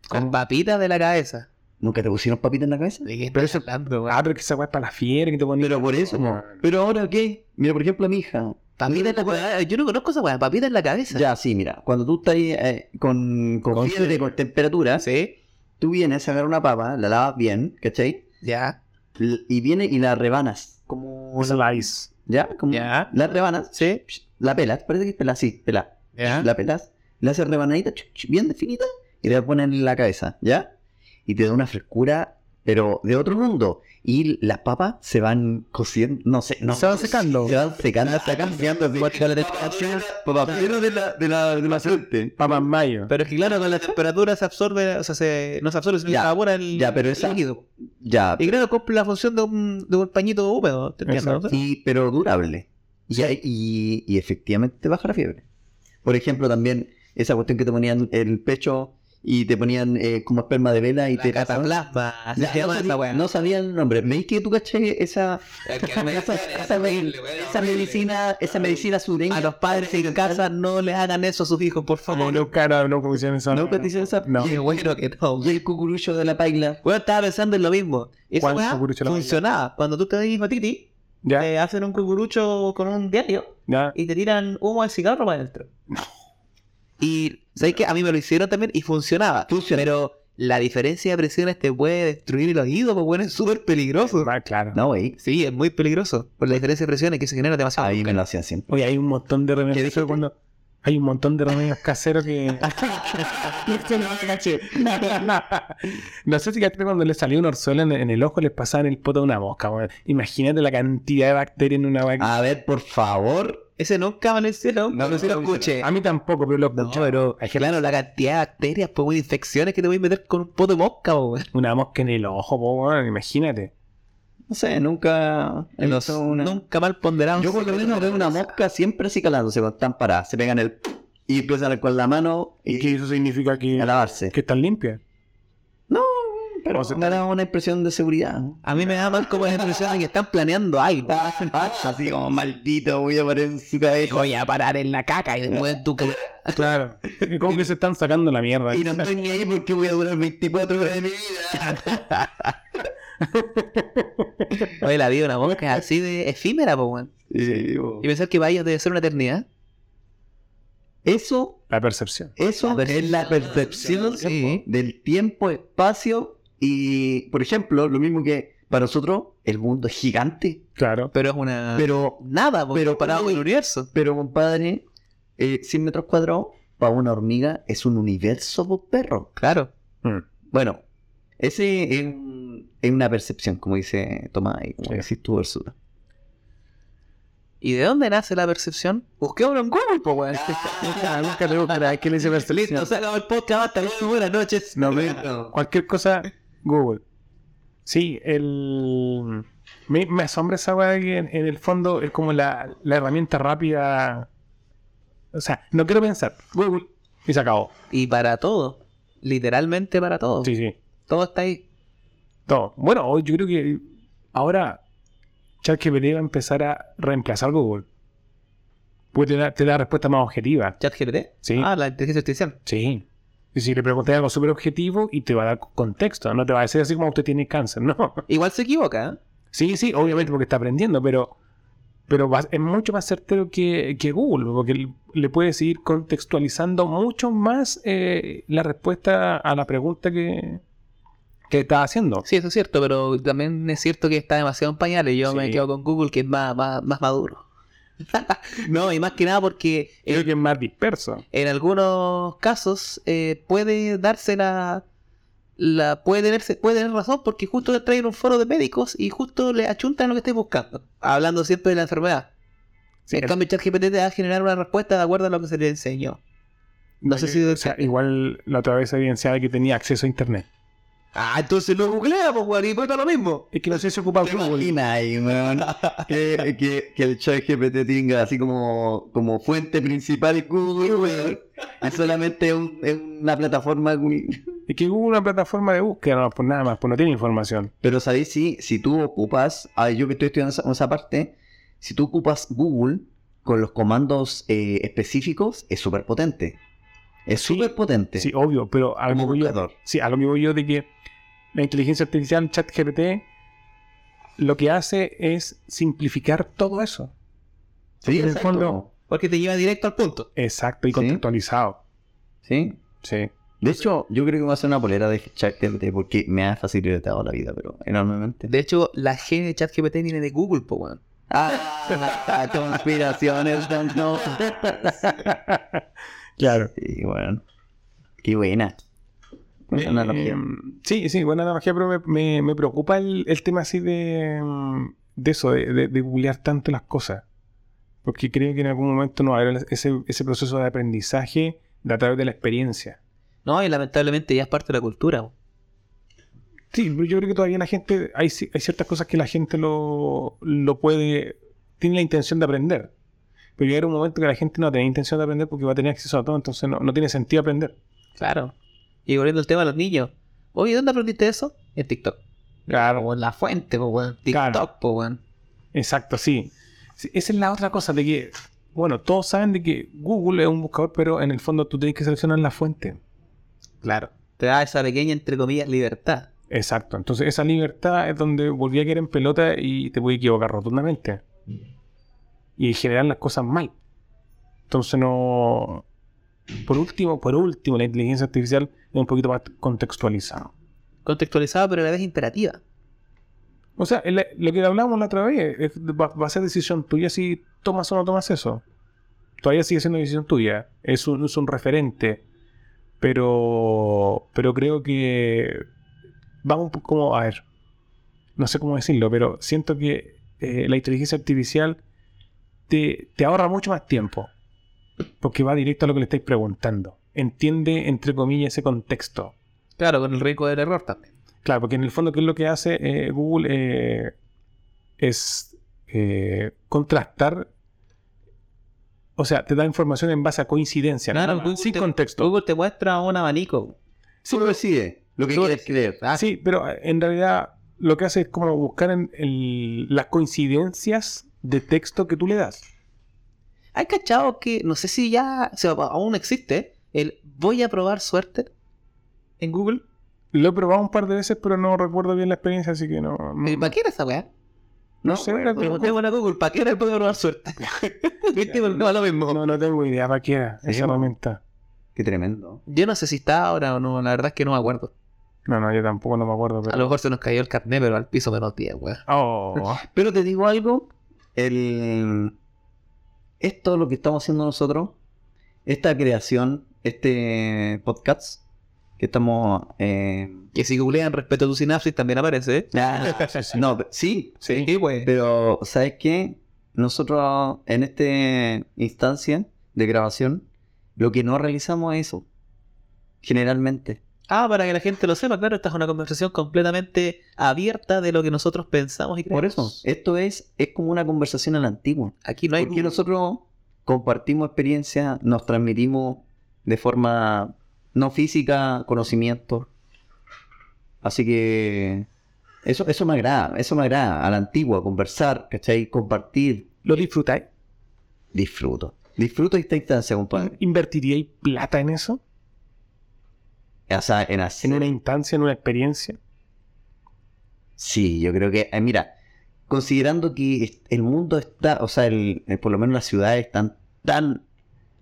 [SPEAKER 3] Con papitas de la cabeza.
[SPEAKER 4] ¿Nunca te pusieron papitas en la cabeza?
[SPEAKER 3] ¿De qué estás hablando, weón?
[SPEAKER 2] Ah, pero que esa weá es para la fiebre que te ponen.
[SPEAKER 4] Pero por eso,
[SPEAKER 2] no.
[SPEAKER 4] Pero ahora, ¿qué? Mira, por ejemplo, a mi hija.
[SPEAKER 3] Papita en la cabeza. Yo no conozco esa weá. Papita en la cabeza.
[SPEAKER 4] Ya, sí, mira. Cuando tú estás eh, con, con,
[SPEAKER 2] Con
[SPEAKER 4] fiebre, con temperatura,
[SPEAKER 3] Sí.
[SPEAKER 4] tú vienes a agarrar una papa, la lavas bien, ¿cachai?
[SPEAKER 3] Ya.
[SPEAKER 4] L- Y viene y la rebanas.
[SPEAKER 2] Como slice.
[SPEAKER 4] ¿Ya? Como
[SPEAKER 3] Ya.
[SPEAKER 4] La rebanas,
[SPEAKER 3] Sí.
[SPEAKER 4] la pelas, parece que es pelas, sí, pelas.
[SPEAKER 3] Ya.
[SPEAKER 4] la pelas, le haces rebanadita chuc, chuc, bien definita y la pones en la cabeza, ¿ya? Y te da una frescura, pero de otro mundo. Y las papas se van cociendo, no sé, no
[SPEAKER 2] Se van secando.
[SPEAKER 4] Se van secando, se van cambiando.
[SPEAKER 3] Guácala de-
[SPEAKER 4] Papas llenas de la, de la, de la suerte.
[SPEAKER 2] Papas mayo.
[SPEAKER 3] Pero es que claro, con la temperatura se absorbe, o sea, se, no se absorbe, sino que
[SPEAKER 4] Ya,
[SPEAKER 3] se evapora el
[SPEAKER 4] ya, pero esa-
[SPEAKER 3] líquido.
[SPEAKER 4] Ya,
[SPEAKER 3] Y creo que cumple la función de un, de un pañito húmedo. ¿te entiendes,
[SPEAKER 2] Exacto.
[SPEAKER 3] no?
[SPEAKER 4] sí, pero durable. Y, hay- y, y efectivamente te baja la fiebre. Por ejemplo, también esa cuestión que te ponían en el pecho y te ponían eh, como esperma de vela y
[SPEAKER 3] La
[SPEAKER 4] te
[SPEAKER 3] cataplasma, así
[SPEAKER 4] Ya,
[SPEAKER 3] se llama
[SPEAKER 4] no,
[SPEAKER 3] esa
[SPEAKER 4] sabía,
[SPEAKER 3] weá.
[SPEAKER 4] no sabía el nombre. Me dijiste que tú caché esa, <laughs> esa, esa, esa medicina, esa medicina sureña.
[SPEAKER 3] A los padres en casa no les hagan eso a sus hijos, por
[SPEAKER 2] Como
[SPEAKER 3] favor.
[SPEAKER 2] no, cara, no como esa.
[SPEAKER 4] ¿No caché esa?
[SPEAKER 2] No.
[SPEAKER 3] Qué bueno que no.
[SPEAKER 4] Y el cucurucho de la paila.
[SPEAKER 3] Bueno, estaba pensando en lo mismo. Esa
[SPEAKER 2] ¿Cuál
[SPEAKER 3] weá
[SPEAKER 2] cucurucho la
[SPEAKER 3] funcionaba. Cuando tú te das hepatitis,
[SPEAKER 2] Ya,
[SPEAKER 3] te hacen un cucurucho con un diario
[SPEAKER 2] ya.
[SPEAKER 3] y te tiran humo de cigarro para adentro. Y sabes que a mí me lo hicieron también y funcionaba.
[SPEAKER 4] Funciona.
[SPEAKER 3] Pero la diferencia de presiones te puede destruir el oído, pues bueno, es súper peligroso.
[SPEAKER 2] Ah, claro.
[SPEAKER 4] No, güey.
[SPEAKER 3] Sí, es muy peligroso. Por la diferencia de presiones que se genera demasiado.
[SPEAKER 4] Ahí me lo hacían siempre.
[SPEAKER 2] Oye, hay un montón de remedios
[SPEAKER 4] ¿Qué
[SPEAKER 2] caseros
[SPEAKER 4] dijiste?
[SPEAKER 2] cuando. Hay un montón de remedios caseros
[SPEAKER 4] <laughs>
[SPEAKER 2] que. <laughs> no sé si cachaste cuando le salió un orzuelo en, en el ojo, les pasaban el poto de una mosca. weón. Imagínate la cantidad de bacterias en una vaca.
[SPEAKER 4] A ver, por favor.
[SPEAKER 3] Ese nunca me lo hicieron.
[SPEAKER 4] No, no,
[SPEAKER 3] se
[SPEAKER 4] no,
[SPEAKER 3] lo
[SPEAKER 4] no.
[SPEAKER 3] escuché.
[SPEAKER 2] A mí tampoco, pero lo
[SPEAKER 3] No,
[SPEAKER 2] escuchaba.
[SPEAKER 3] pero
[SPEAKER 2] Hay gente-
[SPEAKER 3] claro, la cantidad de bacterias, pues, weón, infecciones que te voy a meter con un poto de mosca, po, weón.
[SPEAKER 2] Una mosca en el ojo, po, weón, imagínate.
[SPEAKER 4] No sé, nunca. he
[SPEAKER 3] Los-
[SPEAKER 4] visto una-
[SPEAKER 3] Eh, Nunca mal ponderado.
[SPEAKER 4] Yo por lo
[SPEAKER 3] <laughs>
[SPEAKER 4] menos veo una mosca siempre así calándose cuando están paradas. Se pegan el. Y empiezan con la mano
[SPEAKER 2] ¿Y
[SPEAKER 4] y
[SPEAKER 2] eso significa que,
[SPEAKER 4] a lavarse.
[SPEAKER 2] que están limpias?
[SPEAKER 4] No, pero
[SPEAKER 2] O sea-
[SPEAKER 4] me da una impresión de seguridad.
[SPEAKER 3] A mí me da mal como la impresión de que están planeando algo. <laughs>
[SPEAKER 4] Así como maldito, voy a parar en su cabeza.
[SPEAKER 3] Voy a parar en la caca y después tú que- <laughs>
[SPEAKER 2] <laughs> Claro. ¿Cómo que se están sacando la mierda?
[SPEAKER 4] Y no estoy ni ahí porque voy a durar 24 horas de mi vida.
[SPEAKER 3] Oye, la vida de una mosca es así de efímera, po, weón. Y pensar que para ellos debe ser una eternidad.
[SPEAKER 4] Eso,
[SPEAKER 2] La percepción.
[SPEAKER 4] eso
[SPEAKER 3] La
[SPEAKER 4] es la percepción
[SPEAKER 3] Sí.
[SPEAKER 4] del tiempo, espacio y, por ejemplo, lo mismo que para nosotros el mundo es gigante.
[SPEAKER 2] Claro.
[SPEAKER 3] Pero es una.
[SPEAKER 4] Pero,
[SPEAKER 3] nada, po,
[SPEAKER 4] pero-
[SPEAKER 3] comparado con el universo.
[SPEAKER 4] pero compadre, eh, 100 metros cuadrados para una hormiga es un universo, po, perro.
[SPEAKER 3] Claro.
[SPEAKER 2] Mm.
[SPEAKER 4] Bueno, ese es, un- es una percepción, como dice Tomás y como
[SPEAKER 2] Sí.
[SPEAKER 4] decís tú, Ursula.
[SPEAKER 3] ¿Y de dónde nace la percepción? Busquémoslo en Google, po,
[SPEAKER 4] <laughs>
[SPEAKER 3] weón. <laughs>
[SPEAKER 4] Ah,
[SPEAKER 2] Nunca le buscarás. ¿Qué le dice percepción?
[SPEAKER 3] Listo, se acabó el podcast. Hasta luego, buenas noches.
[SPEAKER 2] No, no. Cualquier cosa, Google. Sí, el... Me, me asombra esa weá de que en, en el fondo es como la, la herramienta rápida. O sea, no quiero pensar. Google. Y se acabó.
[SPEAKER 3] Y para todo. Literalmente para todo.
[SPEAKER 2] Sí, sí.
[SPEAKER 3] Todo está ahí.
[SPEAKER 2] Todo. Bueno, hoy yo creo que ahora ChatGPT va a empezar a reemplazar Google. Porque te da, te da respuesta más objetiva.
[SPEAKER 3] ChatGPT.
[SPEAKER 2] Sí.
[SPEAKER 3] Ah, la inteligencia artificial.
[SPEAKER 2] Sí. Y si le preguntas algo súper objetivo y te va a dar contexto. No te va a decir así como usted tiene cáncer. <laughs> No.
[SPEAKER 3] Igual se equivoca, ¿eh?
[SPEAKER 2] Sí, sí, obviamente porque está aprendiendo, pero, pero va- es mucho más certero que, que Google, porque l- le puede seguir contextualizando mucho más eh, la respuesta a la pregunta que, ¿Qué estás haciendo?
[SPEAKER 3] Sí, eso es cierto, pero también es cierto que está demasiado en pañales. Yo me
[SPEAKER 2] Sí.
[SPEAKER 3] quedo con Google, que es más, más, más maduro. <laughs> no, y más que nada porque
[SPEAKER 2] Creo
[SPEAKER 3] en,
[SPEAKER 2] que es más disperso.
[SPEAKER 3] en algunos casos eh, puede darse la. la puede, tenerse, puede tener razón porque justo le traen un foro de médicos y justo le achuntan lo que estés buscando. Hablando siempre de la enfermedad.
[SPEAKER 2] Sí,
[SPEAKER 3] en
[SPEAKER 2] el-
[SPEAKER 3] cambio, ChatGPT te va a generar una respuesta de acuerdo a lo que se le enseñó. No sé
[SPEAKER 2] yo-
[SPEAKER 3] si-
[SPEAKER 2] o sea, igual la otra vez evidenciaba que tenía acceso a internet.
[SPEAKER 3] Ah, entonces lo googlea, pues, weón, y cuesta lo mismo.
[SPEAKER 2] Es que no sé si ocupa
[SPEAKER 4] ¿Te
[SPEAKER 2] Google.
[SPEAKER 4] imaginas ahí, weón? <laughs> que, que, que el chat GPT tenga así como, como fuente principal Google, weón. Es solamente un- es una plataforma, Google.
[SPEAKER 2] Es que Google es una plataforma de búsqueda, no, pues nada más, pues no tiene información.
[SPEAKER 4] Pero sabéis si, si tú ocupas, ah, yo que estoy estudiando esa, esa parte, si tú ocupas Google con los comandos eh, específicos, es súper potente. Es
[SPEAKER 2] Sí,
[SPEAKER 4] súper potente.
[SPEAKER 2] Sí, obvio, pero a lo, que
[SPEAKER 4] como
[SPEAKER 2] voy yo,
[SPEAKER 4] buscador.
[SPEAKER 2] sí, a lo que voy yo de que la inteligencia artificial, ChatGPT, lo que hace es simplificar todo eso.
[SPEAKER 4] Sí,
[SPEAKER 2] en el
[SPEAKER 4] exacto.
[SPEAKER 2] fondo-
[SPEAKER 3] Porque te lleva directo al punto.
[SPEAKER 2] Exacto, y
[SPEAKER 4] Sí.
[SPEAKER 2] contextualizado.
[SPEAKER 4] Sí.
[SPEAKER 2] Sí.
[SPEAKER 4] De hecho, yo creo que voy a hacer una polera de ChatGPT porque me ha facilitado la vida, pero enormemente.
[SPEAKER 3] De hecho, la G de ChatGPT viene de Google, po, weón.
[SPEAKER 4] Ah, conspiraciones, <laughs> no.
[SPEAKER 2] Claro.
[SPEAKER 4] Sí, bueno. Qué buena.
[SPEAKER 2] Eh,
[SPEAKER 4] Buena analogía.
[SPEAKER 2] sí, sí, buena analogía, pero me, me- me preocupa el, el tema así de, mm, de eso, de, de, de googlear tanto las cosas. Porque creo que en algún momento no habrá ese, ese proceso de aprendizaje de a través de la experiencia.
[SPEAKER 3] No, y lamentablemente ya es parte de la cultura. po.
[SPEAKER 2] Sí, pero yo creo que todavía la gente, hay, ci- hay ciertas cosas que la gente lo, lo puede, tiene la intención de aprender. Pero llegará un momento que la gente no tiene intención de aprender porque va a tener acceso a todo, entonces no, no tiene sentido aprender.
[SPEAKER 3] Claro. Y volviendo al tema de los niños. Oye, ¿dónde aprendiste eso? En TikTok.
[SPEAKER 2] Claro.
[SPEAKER 3] O en la fuente, po, weón. TikTok,
[SPEAKER 2] Claro.
[SPEAKER 3] po, weón.
[SPEAKER 2] Exacto, sí. Sí, Esa es la otra cosa de que, bueno, todos saben de que Google es un buscador, pero en el fondo tú tienes que seleccionar la fuente.
[SPEAKER 3] Claro. Te da esa pequeña, entre comillas, libertad.
[SPEAKER 2] Exacto. Entonces esa libertad es donde volví a caer en pelota y te puedes equivocar rotundamente. Y generar las cosas mal. Entonces no... Por último, por último, la inteligencia artificial es un poquito más contextualizada.
[SPEAKER 3] Contextualizada, pero a la vez imperativa.
[SPEAKER 2] O sea, el- lo que hablamos la otra vez es- va, va a ser decisión tuya si tomas o no tomas eso. Todavía sigue siendo decisión tuya. Es un, es un referente. Pero, pero creo que vamos un poco como a ver. No sé cómo decirlo, pero siento que eh, la inteligencia artificial te, te ahorra mucho más tiempo. Porque va directo a lo que le estáis preguntando. Entiende, entre comillas, ese contexto.
[SPEAKER 3] Claro, con el riesgo del error también.
[SPEAKER 2] Claro, porque en el fondo, ¿qué es lo que hace eh, Google? Eh, es eh, contrastar. O sea, te da información en base a coincidencia.
[SPEAKER 3] Claro,
[SPEAKER 2] nada más,
[SPEAKER 3] Google
[SPEAKER 2] sin
[SPEAKER 3] te-
[SPEAKER 2] contexto.
[SPEAKER 3] Google te muestra un abanico.
[SPEAKER 4] Tú decide lo que
[SPEAKER 3] Tú
[SPEAKER 4] quieres creer.
[SPEAKER 3] Ah,
[SPEAKER 2] Sí, pero eh, en realidad lo que hace es como buscar en el- las coincidencias de texto que tú le das.
[SPEAKER 3] ¿Hay cachado que, no sé si ya, o sea, aún existe, el voy a probar suerte en Google?
[SPEAKER 2] Lo he probado un par de veces, pero no recuerdo bien la experiencia, así que no. no-
[SPEAKER 3] ¿Para qué era esa weá?
[SPEAKER 2] Mm. no sé,
[SPEAKER 4] bueno,
[SPEAKER 2] era como-
[SPEAKER 3] Preguntémosle a Google, ¿para qué era el voy a probar
[SPEAKER 2] <laughs>
[SPEAKER 3] suerte? ¿Viste? Porque No, es lo mismo.
[SPEAKER 2] no, no tengo idea para qué era
[SPEAKER 4] Sí,
[SPEAKER 2] esa
[SPEAKER 4] bueno.
[SPEAKER 2] herramienta.
[SPEAKER 4] Qué tremendo.
[SPEAKER 3] Yo no sé si está ahora o no, la verdad es que no me acuerdo.
[SPEAKER 2] No, no, yo tampoco no me acuerdo,
[SPEAKER 3] A
[SPEAKER 2] pero.
[SPEAKER 3] lo mejor se nos cayó el carnet, pero al piso menos 10, weón.
[SPEAKER 2] Oh,
[SPEAKER 4] Pero te digo algo, el... esto lo que estamos haciendo nosotros, esta creación, este podcast que estamos... eh,
[SPEAKER 3] Que si googlean respeto a tu sinapsis también aparece, ¿eh?
[SPEAKER 4] ah, no, pero- sí,
[SPEAKER 2] sí.
[SPEAKER 3] weón.
[SPEAKER 4] pero ¿sabes qué? Nosotros en esta instancia de grabación, lo que no realizamos es eso, generalmente.
[SPEAKER 3] Ah, para que la gente lo sepa, claro, esta es una conversación completamente abierta de lo que nosotros pensamos y
[SPEAKER 4] Por
[SPEAKER 3] creemos. Eh,
[SPEAKER 4] eso, esto es, es como una conversación a la antigua.
[SPEAKER 3] Aquí no hay...
[SPEAKER 4] Porque nosotros compartimos experiencias, nos transmitimos de forma no física conocimiento. Así que eso, eso me agrada, eso me agrada, a la antigua, conversar, ¿cachai? Compartir,
[SPEAKER 2] ¿Lo disfrutáis?
[SPEAKER 4] disfruto. Disfruto esta instancia,
[SPEAKER 3] Pues,
[SPEAKER 4] compadre.
[SPEAKER 2] ¿Invertiríais plata en eso?
[SPEAKER 4] O sea, en
[SPEAKER 2] en
[SPEAKER 4] hacer...
[SPEAKER 2] una instancia, en una experiencia.
[SPEAKER 4] Sí, yo creo que, eh, mira, considerando que es- el mundo está, o sea, el, eh, por lo menos las ciudades están tan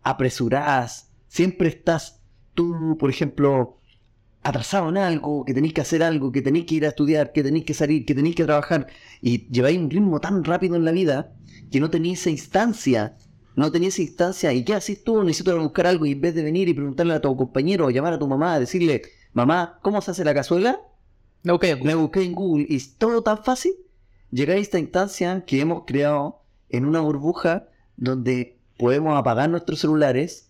[SPEAKER 4] apresuradas, siempre estás tú, por ejemplo, atrasado en algo, que tenéis que hacer algo, que tenéis que ir a estudiar, que tenéis que salir, que tenéis que trabajar, y lleváis un ritmo tan rápido en la vida que no tenéis esa instancia, no tenéis esa instancia, y ¿qué haces tú? Necesito ir a buscar algo, y en vez de venir y preguntarle a tu compañero o llamar a tu mamá, decirle, mamá, ¿cómo se hace la cazuela?
[SPEAKER 3] No, ok,
[SPEAKER 4] La busqué en Google y es todo tan fácil. Llegar a esta instancia que hemos creado en una burbuja donde podemos apagar nuestros celulares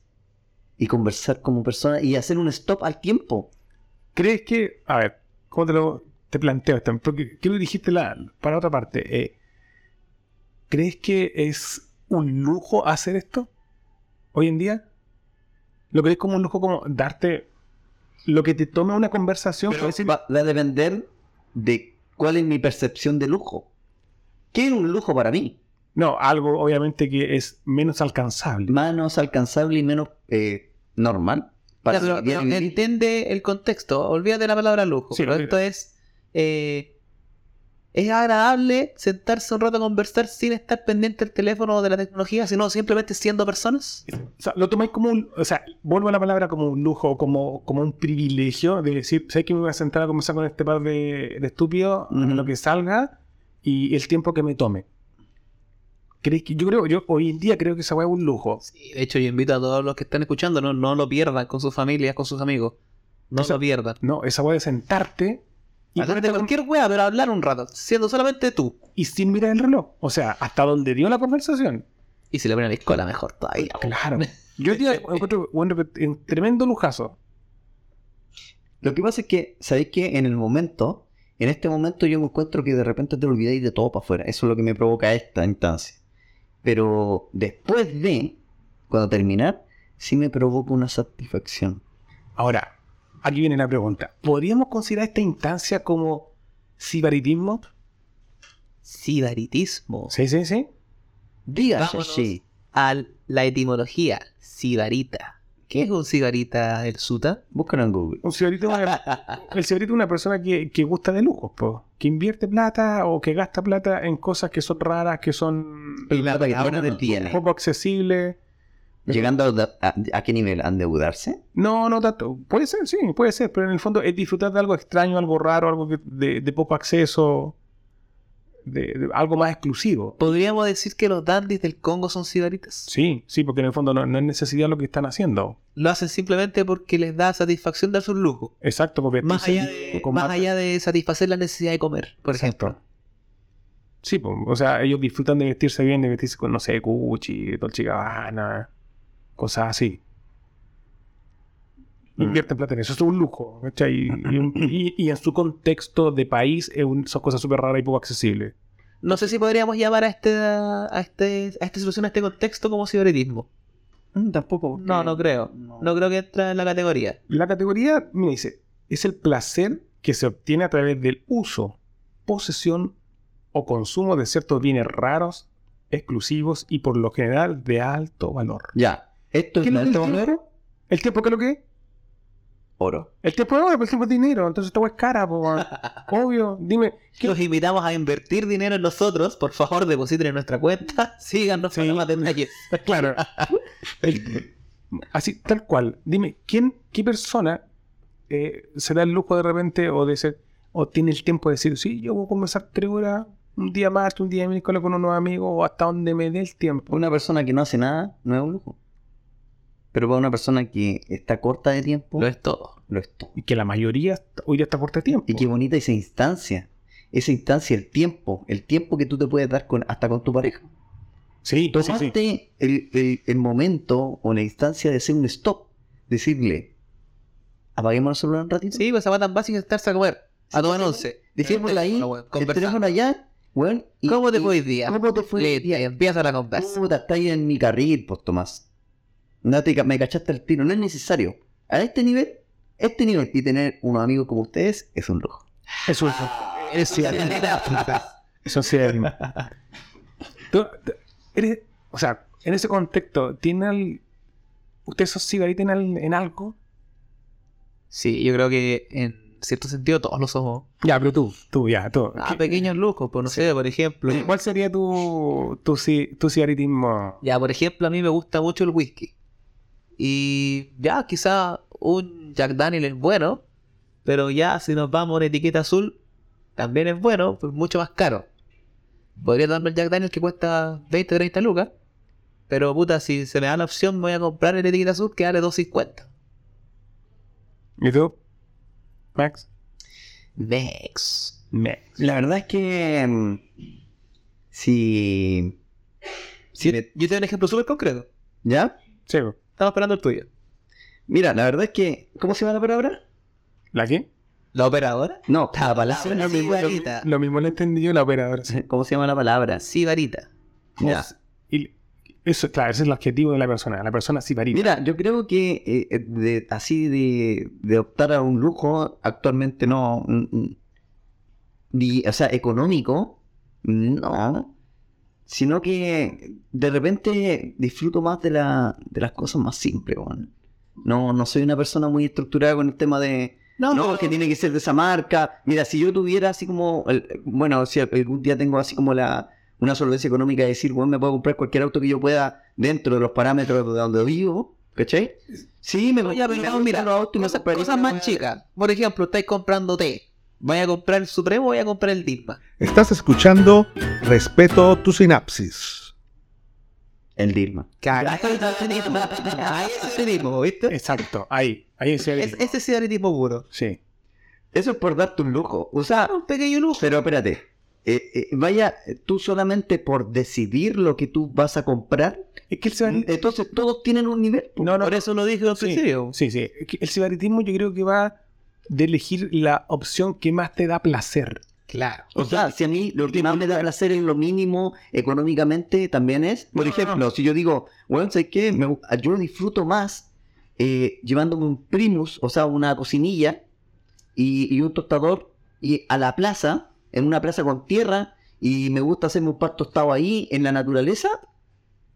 [SPEAKER 4] y conversar como personas y hacer un stop al tiempo.
[SPEAKER 2] ¿Crees que.? A ver, ¿cómo te lo te planteo esto? Porque creo que dijiste la, para otra parte. eh, ¿Crees que es un lujo hacer esto? Hoy en día. ¿Lo crees como un lujo, como darte. Lo que te toma una conversación.
[SPEAKER 4] Pero
[SPEAKER 2] puede ser-
[SPEAKER 4] va, va a depender de cuál es mi percepción de lujo. ¿Qué es un lujo para mí?
[SPEAKER 2] no, algo obviamente que es menos alcanzable.
[SPEAKER 4] Menos alcanzable y menos eh, normal. Para
[SPEAKER 3] Ya, pero-
[SPEAKER 4] bien
[SPEAKER 3] pero
[SPEAKER 4] vivir.
[SPEAKER 3] entiende el contexto, olvídate la palabra lujo.
[SPEAKER 2] Sí,
[SPEAKER 3] pero
[SPEAKER 2] olvídate.
[SPEAKER 3] esto es. eh, es agradable sentarse un rato a conversar sin estar pendiente del teléfono o de la tecnología, sino simplemente siendo personas.
[SPEAKER 2] O sea, lo tomáis como un. O sea, vuelvo a la palabra como un lujo, como, como un privilegio de decir, sé que me voy a sentar a conversar con este par de, de estúpidos,
[SPEAKER 4] Ujú.
[SPEAKER 2] lo que salga y el tiempo que me tome. ¿Crees que, yo creo, yo hoy en día creo que esa weá es un lujo.
[SPEAKER 3] Sí, de hecho, yo invito a todos los que están escuchando, no, no lo pierdan con sus familias, con sus amigos. No
[SPEAKER 2] Eso-
[SPEAKER 3] lo pierdan.
[SPEAKER 2] No, esa weá de sentarte y,
[SPEAKER 3] Hablar
[SPEAKER 2] ponerte
[SPEAKER 3] de
[SPEAKER 2] a con-
[SPEAKER 3] este cualquier wea, pero hablar un rato, siendo solamente tú.
[SPEAKER 2] y sin mirar el reloj. O sea, hasta donde dio la conversación.
[SPEAKER 3] Y si le ponen la escuela, mejor todavía.
[SPEAKER 2] Claro. Yo hoy día encuentro bueno, que un tremendo lujazo.
[SPEAKER 4] Lo que pasa es que, ¿sabéis que En el momento, en este momento yo me encuentro que de repente te olvidáis de todo para afuera. Eso es lo que me provoca esta instancia. Pero después de, cuando terminar, sí me provoca una satisfacción.
[SPEAKER 2] Ahora, aquí viene la pregunta. ¿Podríamos considerar esta instancia como sibaritismo?
[SPEAKER 3] Sibaritismo.
[SPEAKER 2] Sí, sí, sí.
[SPEAKER 4] Diga,
[SPEAKER 3] Vámonos.
[SPEAKER 4] sí.
[SPEAKER 3] A la etimología, sibarita. ¿Qué es un sibarita, el suta?
[SPEAKER 4] Búscalo en Google.
[SPEAKER 2] Un señorito es una- el señorito es una persona que, que gusta de lujos, po, que invierte plata o que gasta plata en cosas que son raras, que son
[SPEAKER 4] Y la palabra que
[SPEAKER 3] no.
[SPEAKER 4] tiene.
[SPEAKER 2] poco accesibles.
[SPEAKER 4] Llegando a, a- a qué nivel? ¿A endeudarse?
[SPEAKER 2] No, no tanto. Puede ser, sí, puede ser, pero en el fondo es disfrutar de algo extraño, algo raro, algo que- de, de poco acceso, de, de algo más exclusivo.
[SPEAKER 3] ¿Podríamos decir que los dandis del Congo son sibaritas?
[SPEAKER 2] Sí, sí, porque en el fondo no, no es necesidad lo que están haciendo.
[SPEAKER 3] Lo hacen simplemente porque les da satisfacción dar sus lujos.
[SPEAKER 2] Exacto, porque
[SPEAKER 3] Más
[SPEAKER 2] dicen-
[SPEAKER 3] allá de,
[SPEAKER 2] Este con
[SPEAKER 3] más
[SPEAKER 2] marca-
[SPEAKER 3] allá de satisfacer la necesidad de comer, por ejemplo.
[SPEAKER 2] Sí, po, o sea, ellos disfrutan de vestirse bien, de vestirse con, no sé, Gucci, Dolce Gabbana, cosas así.
[SPEAKER 4] Mm.
[SPEAKER 2] Invierten plata en eso, eso es un lujo, ¿cachai? Y, <clears throat> y- y en su contexto de país es un- son cosas súper raras y poco accesibles.
[SPEAKER 3] No sé si podríamos llamar a, este, a, este, a esta situación, a este contexto, como sibaritismo.
[SPEAKER 4] tampoco.
[SPEAKER 3] No, no creo.
[SPEAKER 4] No.
[SPEAKER 3] No creo que entra en la categoría.
[SPEAKER 2] La categoría, mira, dice, es el placer que se obtiene a través del uso, posesión o consumo de ciertos bienes raros, exclusivos y por lo general de alto valor.
[SPEAKER 4] Ya. Esto es este
[SPEAKER 2] ¿Qué es lo
[SPEAKER 4] alto
[SPEAKER 2] del
[SPEAKER 4] valor?
[SPEAKER 2] ¿El tiempo qué es lo que es?
[SPEAKER 4] Oro.
[SPEAKER 2] El tiempo es oro, pero el tiempo es dinero, entonces esta hueá es cara, po, <laughs> weón. obvio. Dime, ¿qué-
[SPEAKER 3] Los invitamos a invertir dinero en nosotros. Por favor, depositen en nuestra cuenta. <laughs> Síganos
[SPEAKER 2] Sí.
[SPEAKER 3] para más detalles.
[SPEAKER 2] <laughs> Claro. El- así, tal cual. Dime, ¿quién, qué persona eh, se da el lujo de repente o de ser, o tiene el tiempo de decir, sí, yo voy a conversar tres horas, un día martes, un día miércoles con unos amigos, o hasta donde me dé el tiempo?
[SPEAKER 4] Una persona que no hace nada no es un lujo. Pero para una persona que está corta de tiempo,
[SPEAKER 3] Lo es todo.
[SPEAKER 4] lo es todo.
[SPEAKER 2] Y que la mayoría est- hoy día está corta de tiempo.
[SPEAKER 4] Y qué bonita esa instancia. Esa instancia, el tiempo, el tiempo que tú te puedes dar con, hasta con tu pareja.
[SPEAKER 2] Sí, sí, sí.
[SPEAKER 4] Tomarte El, el- el momento o la instancia de hacer un stop. Decirle, apaguemos el celular un ratito.
[SPEAKER 3] Sí, pues esa va tan básica es estarse a comer. A tomar once.
[SPEAKER 4] Dejémosla ahí,
[SPEAKER 3] Bueno, bueno,
[SPEAKER 4] el
[SPEAKER 3] conversar.
[SPEAKER 4] teléfono allá, weón. y-
[SPEAKER 3] ¿Cómo te
[SPEAKER 4] y-
[SPEAKER 3] fue hoy día?
[SPEAKER 4] ¿Cómo te fue hoy
[SPEAKER 3] Listo,
[SPEAKER 4] día?
[SPEAKER 3] y empieza la conversa.
[SPEAKER 4] Puta, está ahí en mi carril, pues Tomás. No te, ca- me cachaste el tiro, no es necesario. A este nivel, este nivel y tener unos amigos como ustedes es un lujo.
[SPEAKER 2] Es un-
[SPEAKER 3] Eres ciudadana.
[SPEAKER 2] Eso sí es. Tú- tú- eres- o sea, en ese contexto, ¿tiene al, ¿usted sos cigarita en, al- en algo?
[SPEAKER 3] Sí, yo creo que en cierto sentido todos lo somos.
[SPEAKER 2] Ya, pero tú, tú, ya, tú.
[SPEAKER 3] Ah,
[SPEAKER 2] ¿Qué-
[SPEAKER 3] pequeños lujos, pues no sé, por ejemplo.
[SPEAKER 2] ¿Cuál sería tu, tu, ci- tu cigaritismo?
[SPEAKER 3] Ya, por ejemplo, a mí me gusta mucho el whisky. Y ya, quizá un Jack Daniel es bueno, Pero ya si nos vamos a etiqueta azul, también es bueno, pues mucho más caro. Podría darme el Jack Daniels que cuesta 20, 30 lucas. Pero puta, si se me da la opción, me voy a comprar el etiqueta azul que vale 2.50.
[SPEAKER 2] ¿Y tú? Max.
[SPEAKER 3] Next.
[SPEAKER 2] Max.
[SPEAKER 4] La verdad es que. mm, Si. si me-
[SPEAKER 3] Yo tengo un ejemplo súper concreto.
[SPEAKER 4] ¿Ya?
[SPEAKER 2] Sí, po.
[SPEAKER 3] Estamos esperando el tuyo.
[SPEAKER 4] Mira, la verdad es que. ¿Cómo se llama la palabra?
[SPEAKER 2] ¿La qué?
[SPEAKER 3] ¿La operadora?
[SPEAKER 4] No, la <laughs>
[SPEAKER 3] Suena
[SPEAKER 4] palabra.
[SPEAKER 3] Sí,
[SPEAKER 2] lo,
[SPEAKER 4] Ah.
[SPEAKER 3] varita.
[SPEAKER 2] lo mismo la entendí yo la operadora. sí.
[SPEAKER 4] <laughs> ¿Cómo se llama la palabra?
[SPEAKER 3] Sí, varita.
[SPEAKER 2] Oh,
[SPEAKER 4] Ya.
[SPEAKER 2] Y eso, claro, ese es el adjetivo de la persona. La persona sibarita.
[SPEAKER 4] Mira, yo creo que eh, eh, de- así de, de optar a un lujo actualmente no, mm, mm, ni- o sea, económico, no, sino que de repente disfruto más de, la, de las cosas más simples, weón. No, no soy una persona muy estructurada con el tema de, no, que tiene que ser de esa marca. Mira, si yo tuviera así como, el- bueno, si algún día tengo así como la una solvencia económica de decir, bueno, me puedo comprar cualquier auto que yo pueda dentro de los parámetros de donde vivo, ¿cachai? Sí, me
[SPEAKER 3] Ya, pero
[SPEAKER 4] me
[SPEAKER 3] vamos,
[SPEAKER 4] gustan
[SPEAKER 3] mira,
[SPEAKER 4] los autos y me
[SPEAKER 3] cosas,
[SPEAKER 4] compraría
[SPEAKER 3] cosas
[SPEAKER 4] una
[SPEAKER 3] más
[SPEAKER 4] weá de-
[SPEAKER 3] chicas. Por ejemplo, estáis comprando té. ¿Vais a comprar el Supremo o vais a comprar el Disma?
[SPEAKER 1] Estás escuchando Respeto tu sinapsis.
[SPEAKER 4] El Dilma.
[SPEAKER 3] Ahí es el erotismo. Ahí es el erotismo, ¿viste?
[SPEAKER 2] Exacto, ahí. Ahí es el
[SPEAKER 3] Es- ese sí es el tipo puro. Ah,
[SPEAKER 2] Sí.
[SPEAKER 4] Eso es por darte un lujo. O sea,
[SPEAKER 3] Un pequeño lujo.
[SPEAKER 4] pero espérate. eh, eh, vaya, tú solamente por decidir lo que tú vas a comprar,
[SPEAKER 2] Es que el cibarit-
[SPEAKER 4] entonces todos tienen un nivel.
[SPEAKER 2] No, no.
[SPEAKER 3] Por eso lo dije al
[SPEAKER 2] Sí,
[SPEAKER 3] principio.
[SPEAKER 2] sí, sí. Es que El sibaritismo yo creo que va de elegir la opción que más te da placer.
[SPEAKER 3] Claro.
[SPEAKER 4] O sea, si a mí lo que más me da placer en lo mínimo económicamente también es, por ejemplo, si yo digo, bueno, ¿sabes qué? Me gu- yo disfruto más eh, llevándome un primus, o sea, una cocinilla y, y un tostador y a la plaza, en una plaza con tierra, y me gusta hacerme un par tostado ahí en la naturaleza.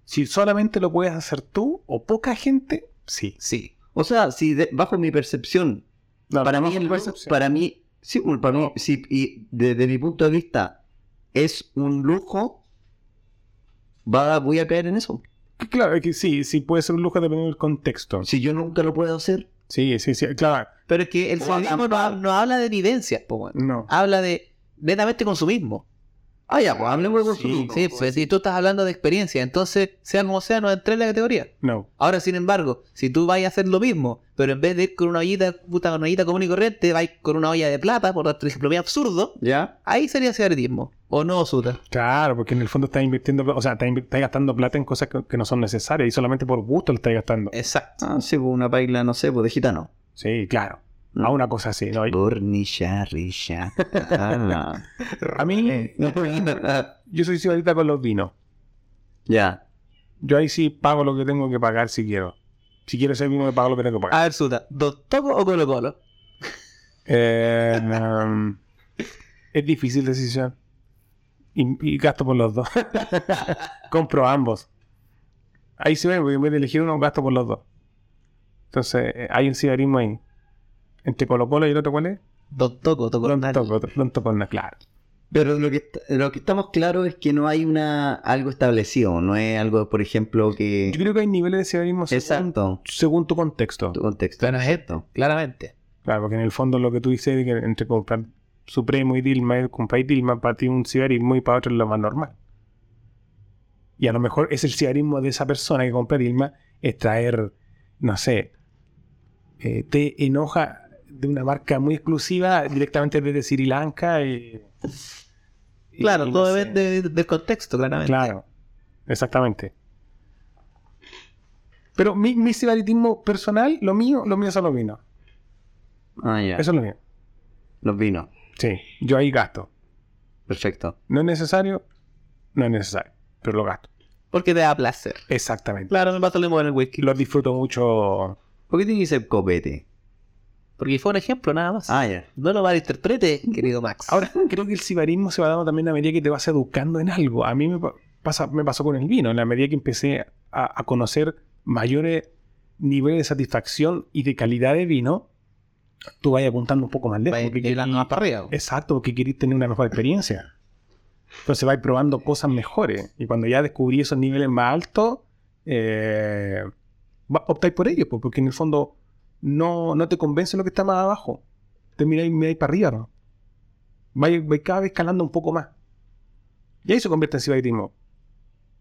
[SPEAKER 2] Si solamente lo puedes hacer tú o poca gente, sí.
[SPEAKER 3] Sí.
[SPEAKER 4] O sea, si de- bajo mi percepción
[SPEAKER 2] No,
[SPEAKER 4] para
[SPEAKER 2] no,
[SPEAKER 4] mí, el
[SPEAKER 2] no,
[SPEAKER 4] lujo-
[SPEAKER 2] sí.
[SPEAKER 4] para mí, sí, bueno, para mí, sí, y desde mi punto de vista, es un lujo. Va, voy a caer en eso.
[SPEAKER 2] Claro, es que sí, sí puede ser un lujo dependiendo del contexto.
[SPEAKER 4] Si yo nunca lo puedo hacer,
[SPEAKER 2] Sí, sí, sí, claro.
[SPEAKER 3] Pero es que el
[SPEAKER 4] O
[SPEAKER 3] sadismo no, ha-
[SPEAKER 4] acampar.
[SPEAKER 3] no habla de vivencias, po, weón.
[SPEAKER 2] No.
[SPEAKER 3] Habla de netamente consumismo.
[SPEAKER 4] ah, ya, pues hablemos de
[SPEAKER 2] Sí,
[SPEAKER 4] consumo.
[SPEAKER 3] Sí, pues si tú estás hablando de experiencia, entonces, sea como sea, no entra en la categoría.
[SPEAKER 2] No.
[SPEAKER 3] Ahora, sin embargo, si tú vas a hacer lo mismo, pero en vez de ir con una ollita, puta, con una ollita común y corriente, vas con una olla de plata, por darte un ejemplo bien absurdo,
[SPEAKER 4] ¿Ya?
[SPEAKER 3] ahí sería cigarretismo. O no, Suta.
[SPEAKER 2] Claro, porque en el fondo estás invirtiendo, o sea, estás, invi- estás gastando plata en cosas que, que no son necesarias y solamente por gusto lo estás gastando.
[SPEAKER 3] Exacto.
[SPEAKER 4] Ah, sí, pues una baila, no sé, pues de gitano.
[SPEAKER 2] Sí, claro. A una cosa así, ¿no? Y-
[SPEAKER 4] Bornisha, risha. Ah,
[SPEAKER 2] <laughs> A mí,
[SPEAKER 4] eh. no.
[SPEAKER 2] yo soy cibarita con los vinos.
[SPEAKER 4] ya.
[SPEAKER 2] Yo ahí sí pago lo que tengo que pagar si quiero. Si quiero ser vino, me pago lo que tengo que
[SPEAKER 4] Ah.
[SPEAKER 2] pagar.
[SPEAKER 3] A ver, Suta, ¿Don Toco o Colo Colo?
[SPEAKER 2] Eh, um, es difícil decisión. Y, y gasto por los dos. <laughs> Compro ambos. Ahí se ve, porque en vez de elegir uno, gasto por los dos. Entonces, eh, hay un cigarismo ahí. Entre Colo Colo y el otro, ¿cuál es?
[SPEAKER 3] Don Toco, Toco
[SPEAKER 2] Don
[SPEAKER 3] Hernán.
[SPEAKER 2] Toco, Don Toco, no, claro.
[SPEAKER 4] Pero lo que, est- lo que estamos claros es que no hay una algo establecido, no es algo, por ejemplo, que...
[SPEAKER 2] Yo creo que hay niveles de cigarismo según,
[SPEAKER 4] Exacto.
[SPEAKER 2] según tu contexto.
[SPEAKER 4] Tu contexto.
[SPEAKER 3] Bueno, es esto, claramente.
[SPEAKER 2] Claro, porque en el fondo lo que tú dices es que entre comprar Supremo y Dilma, comprar Dilma para ti es un cigarismo y para otro es lo más normal. Y a lo mejor es el cigarismo de esa persona que compra Dilma, es traer, no sé, eh, té en hoja de una marca muy exclusiva directamente desde Sri Lanka. y- y-
[SPEAKER 3] Claro,
[SPEAKER 2] y no
[SPEAKER 3] todo
[SPEAKER 2] sé.
[SPEAKER 3] depende del- del contexto, claramente.
[SPEAKER 2] Claro, exactamente. Pero mi, mi cibaritismo personal, lo mío, lo mío son los vinos.
[SPEAKER 4] Ah, ya.
[SPEAKER 2] Eso es lo mío.
[SPEAKER 4] Los vinos.
[SPEAKER 2] Sí, yo ahí gasto.
[SPEAKER 4] Perfecto.
[SPEAKER 2] No es necesario, no es necesario, pero lo gasto.
[SPEAKER 3] Porque te da placer.
[SPEAKER 2] Exactamente.
[SPEAKER 3] Claro, me pasa lo mismo con el whisky.
[SPEAKER 2] Lo disfruto mucho.
[SPEAKER 4] ¿Por qué tiene que ser copete?
[SPEAKER 3] Porque fue un ejemplo nada más.
[SPEAKER 4] Ah, ya.
[SPEAKER 3] No lo malinterprete, querido Max.
[SPEAKER 2] <laughs> Ahora, creo que el sibarismo se va dando también a medida que te vas educando en algo. A mí me, pa- pasa, me pasó con el vino, en la medida que empecé a, a conocer mayores niveles de satisfacción y de calidad de vino, tú vas apuntando un poco más lejos.
[SPEAKER 3] Va
[SPEAKER 2] porque
[SPEAKER 3] ir más para arriba. po.
[SPEAKER 2] Exacto, porque queréis tener una mejor experiencia. Entonces vais probando cosas mejores. Y cuando ya descubrí esos niveles más altos, eh, va- optáis por ellos, pues, porque en el fondo no, no te convence lo que está más abajo. te miráis miráis para arriba, ¿no? Vais, vais cada vez escalando un poco más. Y ahí se convierte en cibatismo.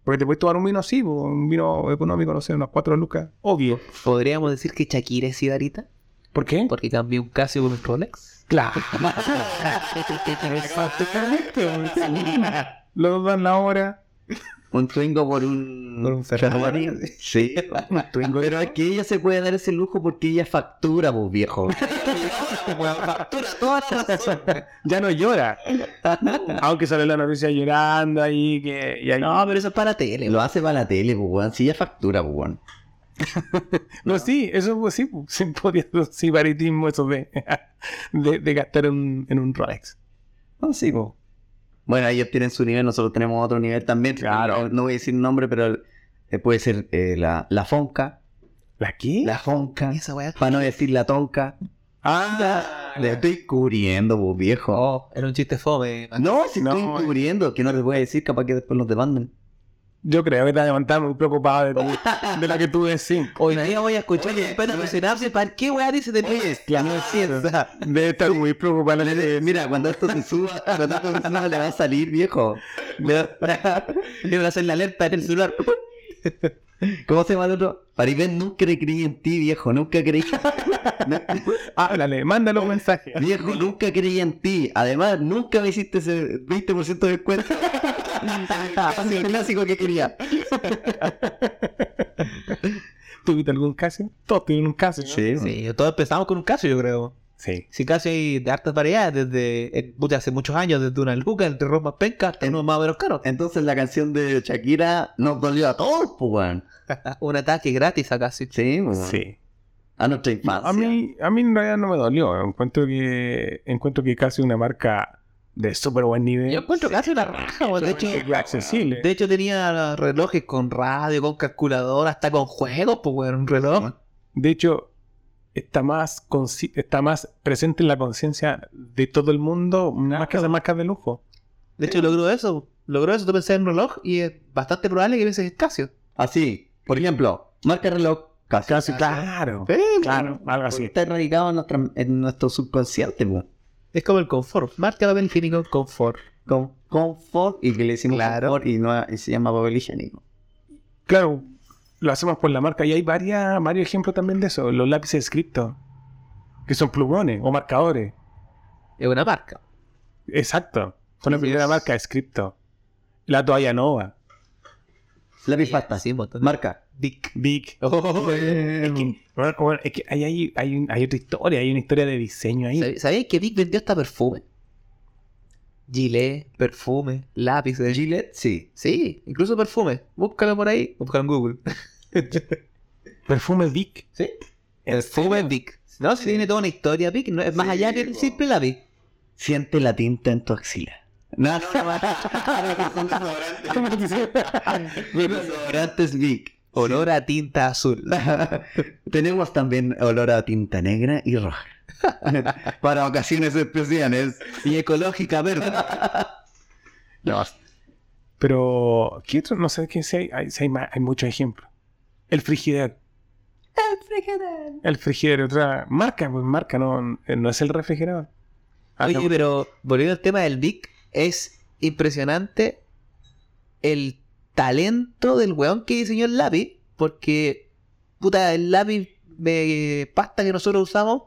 [SPEAKER 2] Porque te puedes tomar un vino así, po, un vino económico, no sé, unas cuatro lucas, obvio.
[SPEAKER 3] ¿Podríamos decir que Shakira es sibarita?
[SPEAKER 2] ¿Por qué?
[SPEAKER 3] Porque cambió un Casio por
[SPEAKER 2] <laughs>
[SPEAKER 3] un Rolex.
[SPEAKER 2] Claro. Los dan la hora.
[SPEAKER 4] Un Twingo por un...
[SPEAKER 2] Por un Ferrari. <laughs>
[SPEAKER 4] Ferrari. Sí, un Twingo. Pero es que ella se puede dar ese lujo porque ella factura,
[SPEAKER 2] <laughs>
[SPEAKER 4] pues viejo. factura todas las razones.
[SPEAKER 2] Ya no llora. <laughs> Aunque sale la noticia llorando ahí que. y ahí-
[SPEAKER 3] No, pero eso es para tele.
[SPEAKER 4] Lo hace para la tele, pues, weón. Si ella factura, pues, weón.
[SPEAKER 2] No, sí, eso pues, sí, pues, sí, podría ser un sibaritismo eso de, <laughs> de, de gastar en, en un Rolex.
[SPEAKER 4] No, sí, po. Bueno, ellos tienen su nivel, nosotros tenemos otro nivel también. Eh,
[SPEAKER 2] Claro.
[SPEAKER 4] No, no voy a decir nombre, pero eh, puede ser eh, la, la Fonca.
[SPEAKER 2] ¿La qué?
[SPEAKER 4] La Fonca.
[SPEAKER 3] Esa weá.
[SPEAKER 4] Para no decir la Tonca.
[SPEAKER 2] Ah,
[SPEAKER 4] Le estoy cubriendo, pues, viejo.
[SPEAKER 3] Oh, era un chiste fome. man.
[SPEAKER 4] No, si
[SPEAKER 2] No,
[SPEAKER 4] estoy
[SPEAKER 2] eh.
[SPEAKER 4] cubriendo, que no les voy a decir, capaz que después los demandan.
[SPEAKER 2] yo creo que te levantar muy preocupado de,
[SPEAKER 3] <laughs>
[SPEAKER 2] tu- de la que tú decís.
[SPEAKER 3] Hoy día voy a escuchar
[SPEAKER 4] Oye,
[SPEAKER 3] Respeto
[SPEAKER 4] oye.
[SPEAKER 3] tu sinapsis. ¿Para qué weá dice de mí?
[SPEAKER 4] claro, sí, o sea,
[SPEAKER 2] Debe estar muy preocupado.
[SPEAKER 4] Eh, Mira, cuando esto se suba, <laughs> cuando esto se suba, le va a salir, viejo. Le va-
[SPEAKER 3] <laughs> Le voy a hacer la alerta en el celular.
[SPEAKER 4] <laughs> ¿Cómo se llama el otro? Paribet, nunca creí en ti, viejo, nunca creí. <laughs>
[SPEAKER 2] Háblale, mándale un mensaje.
[SPEAKER 4] Viejo, nunca creí en ti. Además, nunca me hiciste ese 20%
[SPEAKER 3] <laughs>
[SPEAKER 4] de descuento. <laughs> Casi el clásico que quería.
[SPEAKER 2] ¿Tuviste algún caso? Todos tienen un caso. ¿no?
[SPEAKER 3] Sí, todos empezamos con un Casio, yo creo.
[SPEAKER 2] Sí.
[SPEAKER 3] Sí, Casio hay de hartas variedades. Desde, eh, puta, hace muchos años, desde una luca, el terror más penca, hasta
[SPEAKER 4] En-
[SPEAKER 3] uno más o menos caro.
[SPEAKER 4] Entonces la canción de Shakira nos dolió a todos, pues, weón.
[SPEAKER 3] Ah, Un ataque gratis a Casio.
[SPEAKER 4] Sí, pues, weón.
[SPEAKER 2] Sí.
[SPEAKER 4] A nuestra
[SPEAKER 3] Ah,
[SPEAKER 4] infancia.
[SPEAKER 2] A mí, a mí en realidad no me dolió. Encuentro que, encuentro que casi una marca de súper buen nivel.
[SPEAKER 3] Yo encuentro Casio una raja, weón. De hecho,
[SPEAKER 2] Es accesible.
[SPEAKER 3] de hecho, tenía relojes con radio, con calculadora, hasta con juegos, pues, weón. Un reloj.
[SPEAKER 2] De hecho, está más, consci- está más presente en la conciencia de todo el mundo más que las marcas de lujo.
[SPEAKER 3] De hecho, logró eso. Logró eso. Tú pensás en un reloj y es bastante probable que pienses en Casio.
[SPEAKER 4] Así, por ejemplo, marca reloj. Casi.
[SPEAKER 2] Casi, claro. Claro, algo
[SPEAKER 4] Porque
[SPEAKER 2] así.
[SPEAKER 4] Está radicado en, nuestra- en nuestro subconsciente, pues.
[SPEAKER 3] Es como el confort. Marca papel higiénico confort.
[SPEAKER 4] Con confort y que le decimos
[SPEAKER 3] Claro.
[SPEAKER 4] confort y, no, y se llama papel higiénico.
[SPEAKER 2] Claro, lo hacemos por la marca y hay varias, varios ejemplos también de eso. Los lápices escritos, que son plumones o marcadores.
[SPEAKER 3] Es una marca.
[SPEAKER 2] Exacto. Son la
[SPEAKER 4] Así
[SPEAKER 2] primera
[SPEAKER 4] es.
[SPEAKER 2] marca escrito. La toalla nova.
[SPEAKER 4] Lápiz pasta.
[SPEAKER 3] Sí, un montón de-
[SPEAKER 4] Marca.
[SPEAKER 3] Dick.
[SPEAKER 2] Big. eh, Bueno, bueno, es que hay, hay, hay, un- hay otra historia, hay una historia de diseño ahí.
[SPEAKER 3] ¿Sab- ¿Sabíais que Dick vendió hasta perfume? Gilet, perfume, lápices.
[SPEAKER 4] Gillette, sí.
[SPEAKER 3] sí, incluso perfume. Búscalo por ahí. Búscalo en Google.
[SPEAKER 2] Perfume Big.
[SPEAKER 3] ¿Sí? Perfume Dick. No, si tiene toda una historia, Dick. No, es más
[SPEAKER 4] Sí,
[SPEAKER 3] allá que el
[SPEAKER 4] po.
[SPEAKER 3] simple lápiz.
[SPEAKER 4] Siente la tinta en tu axila. No, no, Desodorantes Vic.
[SPEAKER 3] Olor a tinta azul.
[SPEAKER 4] <laughs> Tenemos también olor a tinta negra
[SPEAKER 3] <laughs>
[SPEAKER 4] y roja. Para ocasiones especiales y ecológica verde. No,
[SPEAKER 2] Pero, ¿qué otro? No sé qué si hay, hay, si hay, más- hay muchos ejemplos. El frigider. El frigider, otra marca, pues marca, no, no es el refrigerador. Ah,
[SPEAKER 3] Oye, pero volviendo al tema del Vic, es impresionante el talento del weón que diseñó el lápiz, porque, puta, el lápiz de pasta que nosotros usamos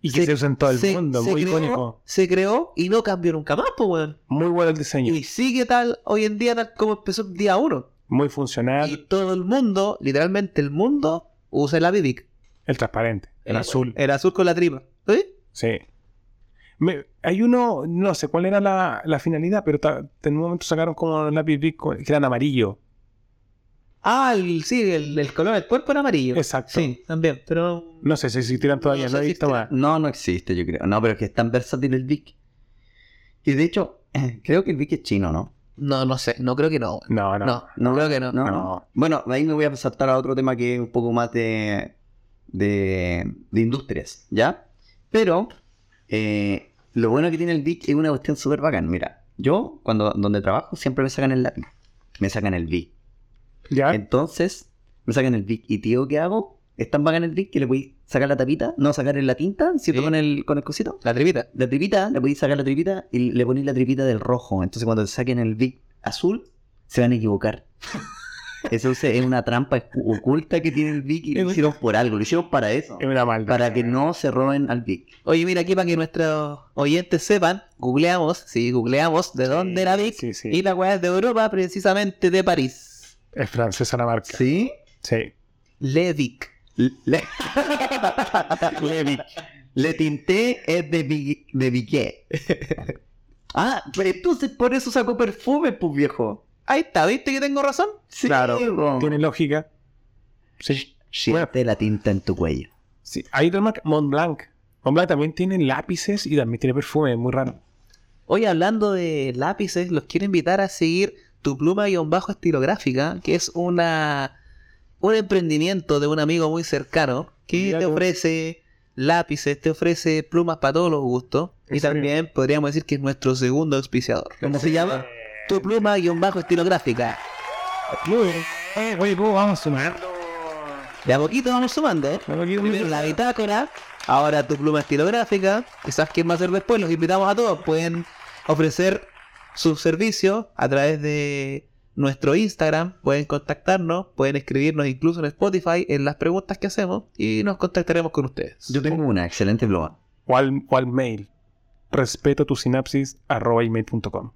[SPEAKER 2] y que se,
[SPEAKER 3] se-
[SPEAKER 2] usa en todo el
[SPEAKER 3] se-
[SPEAKER 2] mundo,
[SPEAKER 3] se
[SPEAKER 2] muy
[SPEAKER 3] creó-
[SPEAKER 2] icónico.
[SPEAKER 3] se creó y no cambió nunca más, pues weón.
[SPEAKER 2] Muy bueno el diseño,
[SPEAKER 3] Y sigue tal hoy en día tal como empezó el día uno.
[SPEAKER 2] muy
[SPEAKER 3] Y
[SPEAKER 2] funcional,
[SPEAKER 3] todo el mundo, literalmente el mundo, usa el lápiz Vic.
[SPEAKER 2] el transparente, el
[SPEAKER 3] Eh,
[SPEAKER 2] azul.
[SPEAKER 3] El azul con la tripa. ¿Sí?
[SPEAKER 2] Sí. Me- hay uno, no sé cuál era la, la finalidad, pero ta- en un momento sacaron como los lápiz Bic con- que eran amarillo.
[SPEAKER 3] Ah, el- sí, el, el color del cuerpo era amarillo.
[SPEAKER 2] Exacto.
[SPEAKER 3] Sí, también, pero...
[SPEAKER 2] No sé si existirán todavía, no,
[SPEAKER 3] No sé
[SPEAKER 2] he
[SPEAKER 3] si
[SPEAKER 2] visto más.
[SPEAKER 4] No, no existe, yo creo. No, pero es que es tan versátil el Vic. Y de hecho, eh, creo que el Vic es chino, ¿no?
[SPEAKER 3] No, no sé, no creo que no.
[SPEAKER 2] No, no.
[SPEAKER 3] No,
[SPEAKER 4] No,
[SPEAKER 3] creo que no.
[SPEAKER 4] No,
[SPEAKER 2] No.
[SPEAKER 4] Bueno, de ahí me voy a saltar a otro tema que es un poco más de, de, de industrias, ¿ya? Pero eh, lo bueno que tiene el Vic es una cuestión súper bacán. Mira, yo cuando donde trabajo siempre me sacan el lápiz. Me sacan el Vic.
[SPEAKER 2] ¿Ya?
[SPEAKER 3] ¿Ah?
[SPEAKER 4] Entonces, me sacan el Vic. ¿Y tío qué hago? es tan bacán el drink que le podéis sacar la tapita, no sacar la tinta, ¿cierto?
[SPEAKER 3] Sí.
[SPEAKER 4] Con, el, con el cosito.
[SPEAKER 3] La tripita.
[SPEAKER 4] La tripita, le podéis sacar la tripita y le ponéis la tripita del rojo. Entonces cuando saquen el big azul, se van
[SPEAKER 2] <laughs>
[SPEAKER 4] a equivocar. Eso se- es una trampa escu- oculta que tiene el big y lo hicieron por algo, lo hicieron para eso.
[SPEAKER 2] Es una maldad.
[SPEAKER 4] Para que no se roben al big.
[SPEAKER 3] Oye, mira aquí para que nuestros oyentes sepan, googleamos, sí, googleamos de dónde era Vic.
[SPEAKER 2] Sí, sí.
[SPEAKER 3] Y la weá es de Europa, precisamente de París.
[SPEAKER 2] Es francesa la marca.
[SPEAKER 4] ¿Sí?
[SPEAKER 2] Sí.
[SPEAKER 3] Le Vic.
[SPEAKER 4] Le, <laughs> le, le tinté es de, bi- de Viquet. <laughs> Ah, pero entonces por eso sacó perfume, pues viejo.
[SPEAKER 3] Ahí está, ¿viste que tengo razón?
[SPEAKER 4] Sí,
[SPEAKER 2] Claro.
[SPEAKER 4] po.
[SPEAKER 2] Tiene lógica. Sí.
[SPEAKER 4] Siente la tinta en tu cuello.
[SPEAKER 2] Sí, hay otra marca, Montblanc. Montblanc también tiene lápices y también tiene perfume, es muy raro.
[SPEAKER 3] Hoy hablando de lápices, los quiero invitar a seguir tu pluma-bajo estilográfica, que es una un emprendimiento de un amigo muy cercano que
[SPEAKER 2] Mira
[SPEAKER 3] te
[SPEAKER 2] tú.
[SPEAKER 3] ofrece lápices, te ofrece plumas para todos los gustos
[SPEAKER 2] ¿En
[SPEAKER 3] y
[SPEAKER 2] serio?
[SPEAKER 3] también podríamos decir que es nuestro segundo auspiciador.
[SPEAKER 4] ¿Cómo se llama?
[SPEAKER 2] Eh.
[SPEAKER 3] Tu pluma-bajo estilográfica.
[SPEAKER 2] Muy bien. Eh, oye, ¿cómo vamos sumando?
[SPEAKER 3] De a poquito vamos sumando, ¿eh? Primero la bitácora, ahora tu pluma estilográfica. Quizás quién va a ser después, los invitamos a todos. Pueden ofrecer sus servicios a través de nuestro Instagram. Pueden contactarnos, pueden escribirnos incluso en Spotify en las preguntas que hacemos y nos contactaremos con ustedes.
[SPEAKER 4] Yo tengo una excelente pluma.
[SPEAKER 2] O al, o al mail. Respeto tu sinapsis arroba email.com.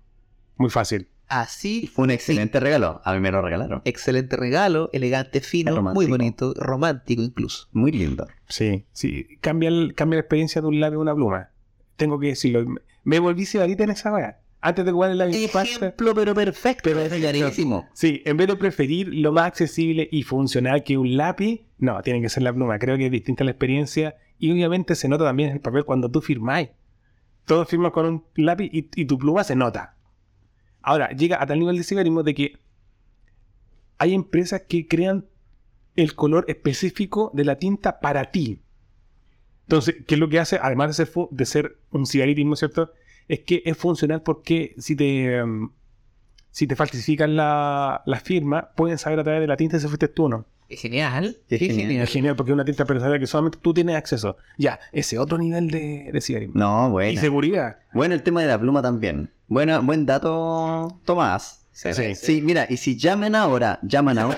[SPEAKER 2] Muy fácil.
[SPEAKER 3] Así,
[SPEAKER 4] Fue un excelente regalo. A mí me lo regalaron.
[SPEAKER 3] excelente regalo, elegante, fino, muy
[SPEAKER 4] Romántico.
[SPEAKER 3] bonito, romántico incluso.
[SPEAKER 4] Muy lindo.
[SPEAKER 2] Sí, sí. Cambia, el- cambia la experiencia de un labio a una pluma. Tengo que decirlo. Me- Me volví cebarita en esa hora. Antes de jugar el labio. pasta.
[SPEAKER 3] Ejemplo, pero perfecto.
[SPEAKER 4] Es carísimo.
[SPEAKER 2] Sí, en vez de preferir lo más accesible y funcional que un lápiz, no, tiene que ser la pluma. Creo que es distinta la experiencia y obviamente se nota también en el papel cuando tú firmáis. Todos firman con un lápiz y, y tu pluma se nota. Ahora, llega a tal nivel de ciberismo de que hay empresas que crean el color específico de la tinta para ti. Entonces, ¿qué es lo que hace? Además de ser, fu- de ser un ciberitismo, ¿cierto? Es que es funcional porque si te... em, si te falsifican la, la firma, pueden saber a través de la tinta si fuiste tú o no.
[SPEAKER 3] Genial.
[SPEAKER 4] Qué
[SPEAKER 3] qué
[SPEAKER 4] genial.
[SPEAKER 3] genial.
[SPEAKER 2] Es genial porque es una tinta personal que solamente tú tienes acceso. Ya, ese otro nivel de, de ciberismo.
[SPEAKER 4] No,
[SPEAKER 2] Y
[SPEAKER 4] bueno.
[SPEAKER 2] seguridad.
[SPEAKER 4] Bueno, el tema de la pluma también. Buena, buen dato, Tomás.
[SPEAKER 2] Sí.
[SPEAKER 4] Sí, mira, y si llaman ahora, llaman <laughs> ahora.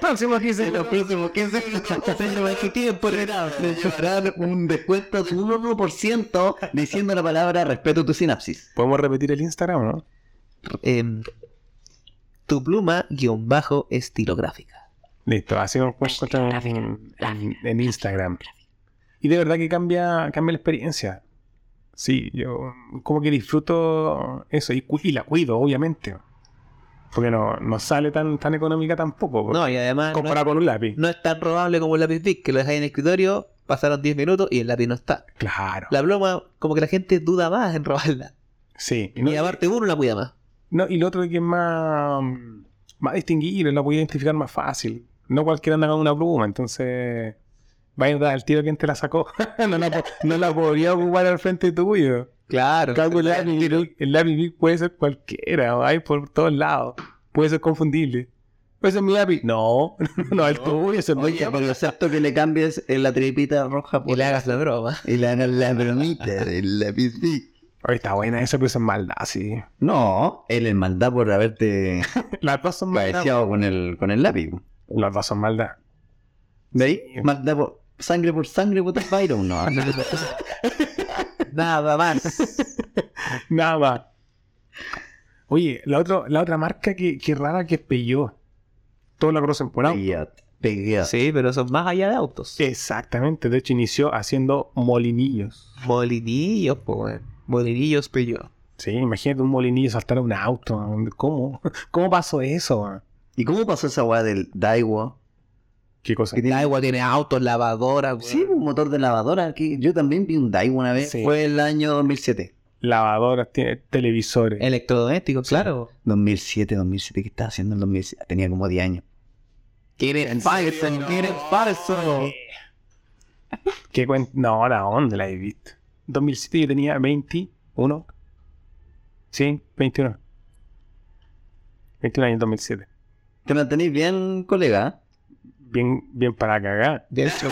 [SPEAKER 2] Próximo
[SPEAKER 4] En los próximos 15 minutos tiempo me llevarán un descuento de un 1% diciendo la palabra respeto tu sinapsis.
[SPEAKER 2] Podemos repetir el Instagram, ¿no?
[SPEAKER 3] em, tu pluma guión bajo estilográfica.
[SPEAKER 2] Listo, así nos pueden encontrar en, en- en Instagram. Y de verdad que cambia, cambia la experiencia. Sí, yo como que disfruto eso y, cu- y la cuido, obviamente. Porque no, no sale tan, tan económica tampoco.
[SPEAKER 3] No, y además no es,
[SPEAKER 2] comparado con un lápiz.
[SPEAKER 3] no es tan robable como el lápiz Bic, que lo dejáis en el escritorio, pasaron 10 minutos y el lápiz no está.
[SPEAKER 2] Claro.
[SPEAKER 3] La pluma, como que la gente duda más en robarla.
[SPEAKER 2] Sí.
[SPEAKER 3] y aparte uno la cuida más.
[SPEAKER 2] No, y lo otro que es más, mm, más distinguible, la voy a identificar más fácil. No cualquiera anda con una pluma, entonces vaya a dar al tío quien te la sacó. <laughs> no, la, po- no la podría ocupar al frente tuyo. <laughs>
[SPEAKER 3] Claro.
[SPEAKER 2] Cago, el lápiz Big- el lápiz Big puede ser cualquiera, hay por todos lados. Puede ser confundible. Puede ser mi lápiz. No, <laughs> no, el tuyo ese es
[SPEAKER 4] Oye,
[SPEAKER 2] mío.
[SPEAKER 4] por lo cierto que le cambies eh, la tripita roja
[SPEAKER 3] Y
[SPEAKER 4] por
[SPEAKER 3] le hagas la broma.
[SPEAKER 4] y la, la bromita del lápiz Vic.
[SPEAKER 2] Oye, está buena esa, pero esa es maldad, sí.
[SPEAKER 4] No, él es maldad por <laughs> haberte
[SPEAKER 2] Las dos son maldad.
[SPEAKER 4] cabeceado con el, con el lápiz.
[SPEAKER 2] Las dos son maldad.
[SPEAKER 4] ¿De ahí? Maldad por sangre por sangre, por Byron, <laughs> no.
[SPEAKER 3] Nada más.
[SPEAKER 2] Nada más. Oye, la, otro, la otra marca que, que rara que es Peugeot. Todos la conocen por auto.
[SPEAKER 4] Peugeot, Peugeot.
[SPEAKER 3] sí, pero son más allá de autos.
[SPEAKER 2] Exactamente. De hecho, inició haciendo molinillos.
[SPEAKER 3] Molinillos, pues, weón. Molinillos pello.
[SPEAKER 2] Sí, imagínate un molinillo saltar a un auto. ¿Cómo? <laughs> ¿Cómo pasó eso?
[SPEAKER 4] ¿Y cómo pasó esa weá del Daiwa?
[SPEAKER 2] ¿Qué cosa?
[SPEAKER 4] Que tiene-
[SPEAKER 3] La agua tiene autos, lavadora, weón.
[SPEAKER 4] Sí, un motor de lavadora. Que yo también vi un Daiwa una vez.
[SPEAKER 2] Sí.
[SPEAKER 4] Fue el año 2007.
[SPEAKER 2] Lavadoras, tiene televisores.
[SPEAKER 3] Eh. Electrodomésticos, claro.
[SPEAKER 4] 2007, 2007, ¿qué estaba haciendo en 2007? Tenía como 10 años.
[SPEAKER 3] Que eres falso, que eres falso.
[SPEAKER 2] ¿Qué cuen- No, la onda la he visto. 2007 yo tenía 21. Sí, 21. 21 años 2007.
[SPEAKER 3] <laughs>
[SPEAKER 4] Te mantenís bien, colega.
[SPEAKER 2] bien, bien para cagar.
[SPEAKER 4] Bien hecho.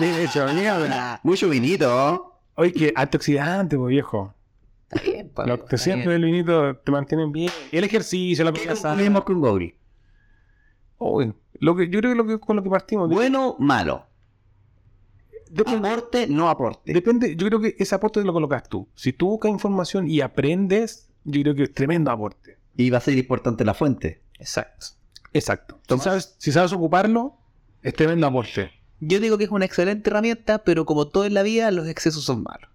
[SPEAKER 4] Bien hecho, mierda. Mucho vinito.
[SPEAKER 2] Oye, que antioxidante, pues viejo.
[SPEAKER 3] Está bien, pa,
[SPEAKER 2] Los
[SPEAKER 3] está bien.
[SPEAKER 2] antioxidantes del vinito te mantienen bien. Y el ejercicio, la comida sana.
[SPEAKER 4] Mismo con Gobri.
[SPEAKER 2] Oye, lo que, yo creo que, lo que con lo que partimos. de-
[SPEAKER 4] Bueno, malo. Aporte, no aporte.
[SPEAKER 2] Depende, yo creo que ese aporte lo colocas tú. Si tú buscas información y aprendes, yo creo que es tremendo aporte.
[SPEAKER 4] Y va a ser importante la fuente.
[SPEAKER 2] Exacto. Exacto. Si sabes, si sabes ocuparlo, es tremendo aporte.
[SPEAKER 3] Yo digo que es una excelente herramienta, pero como todo en la vida, los excesos son malos.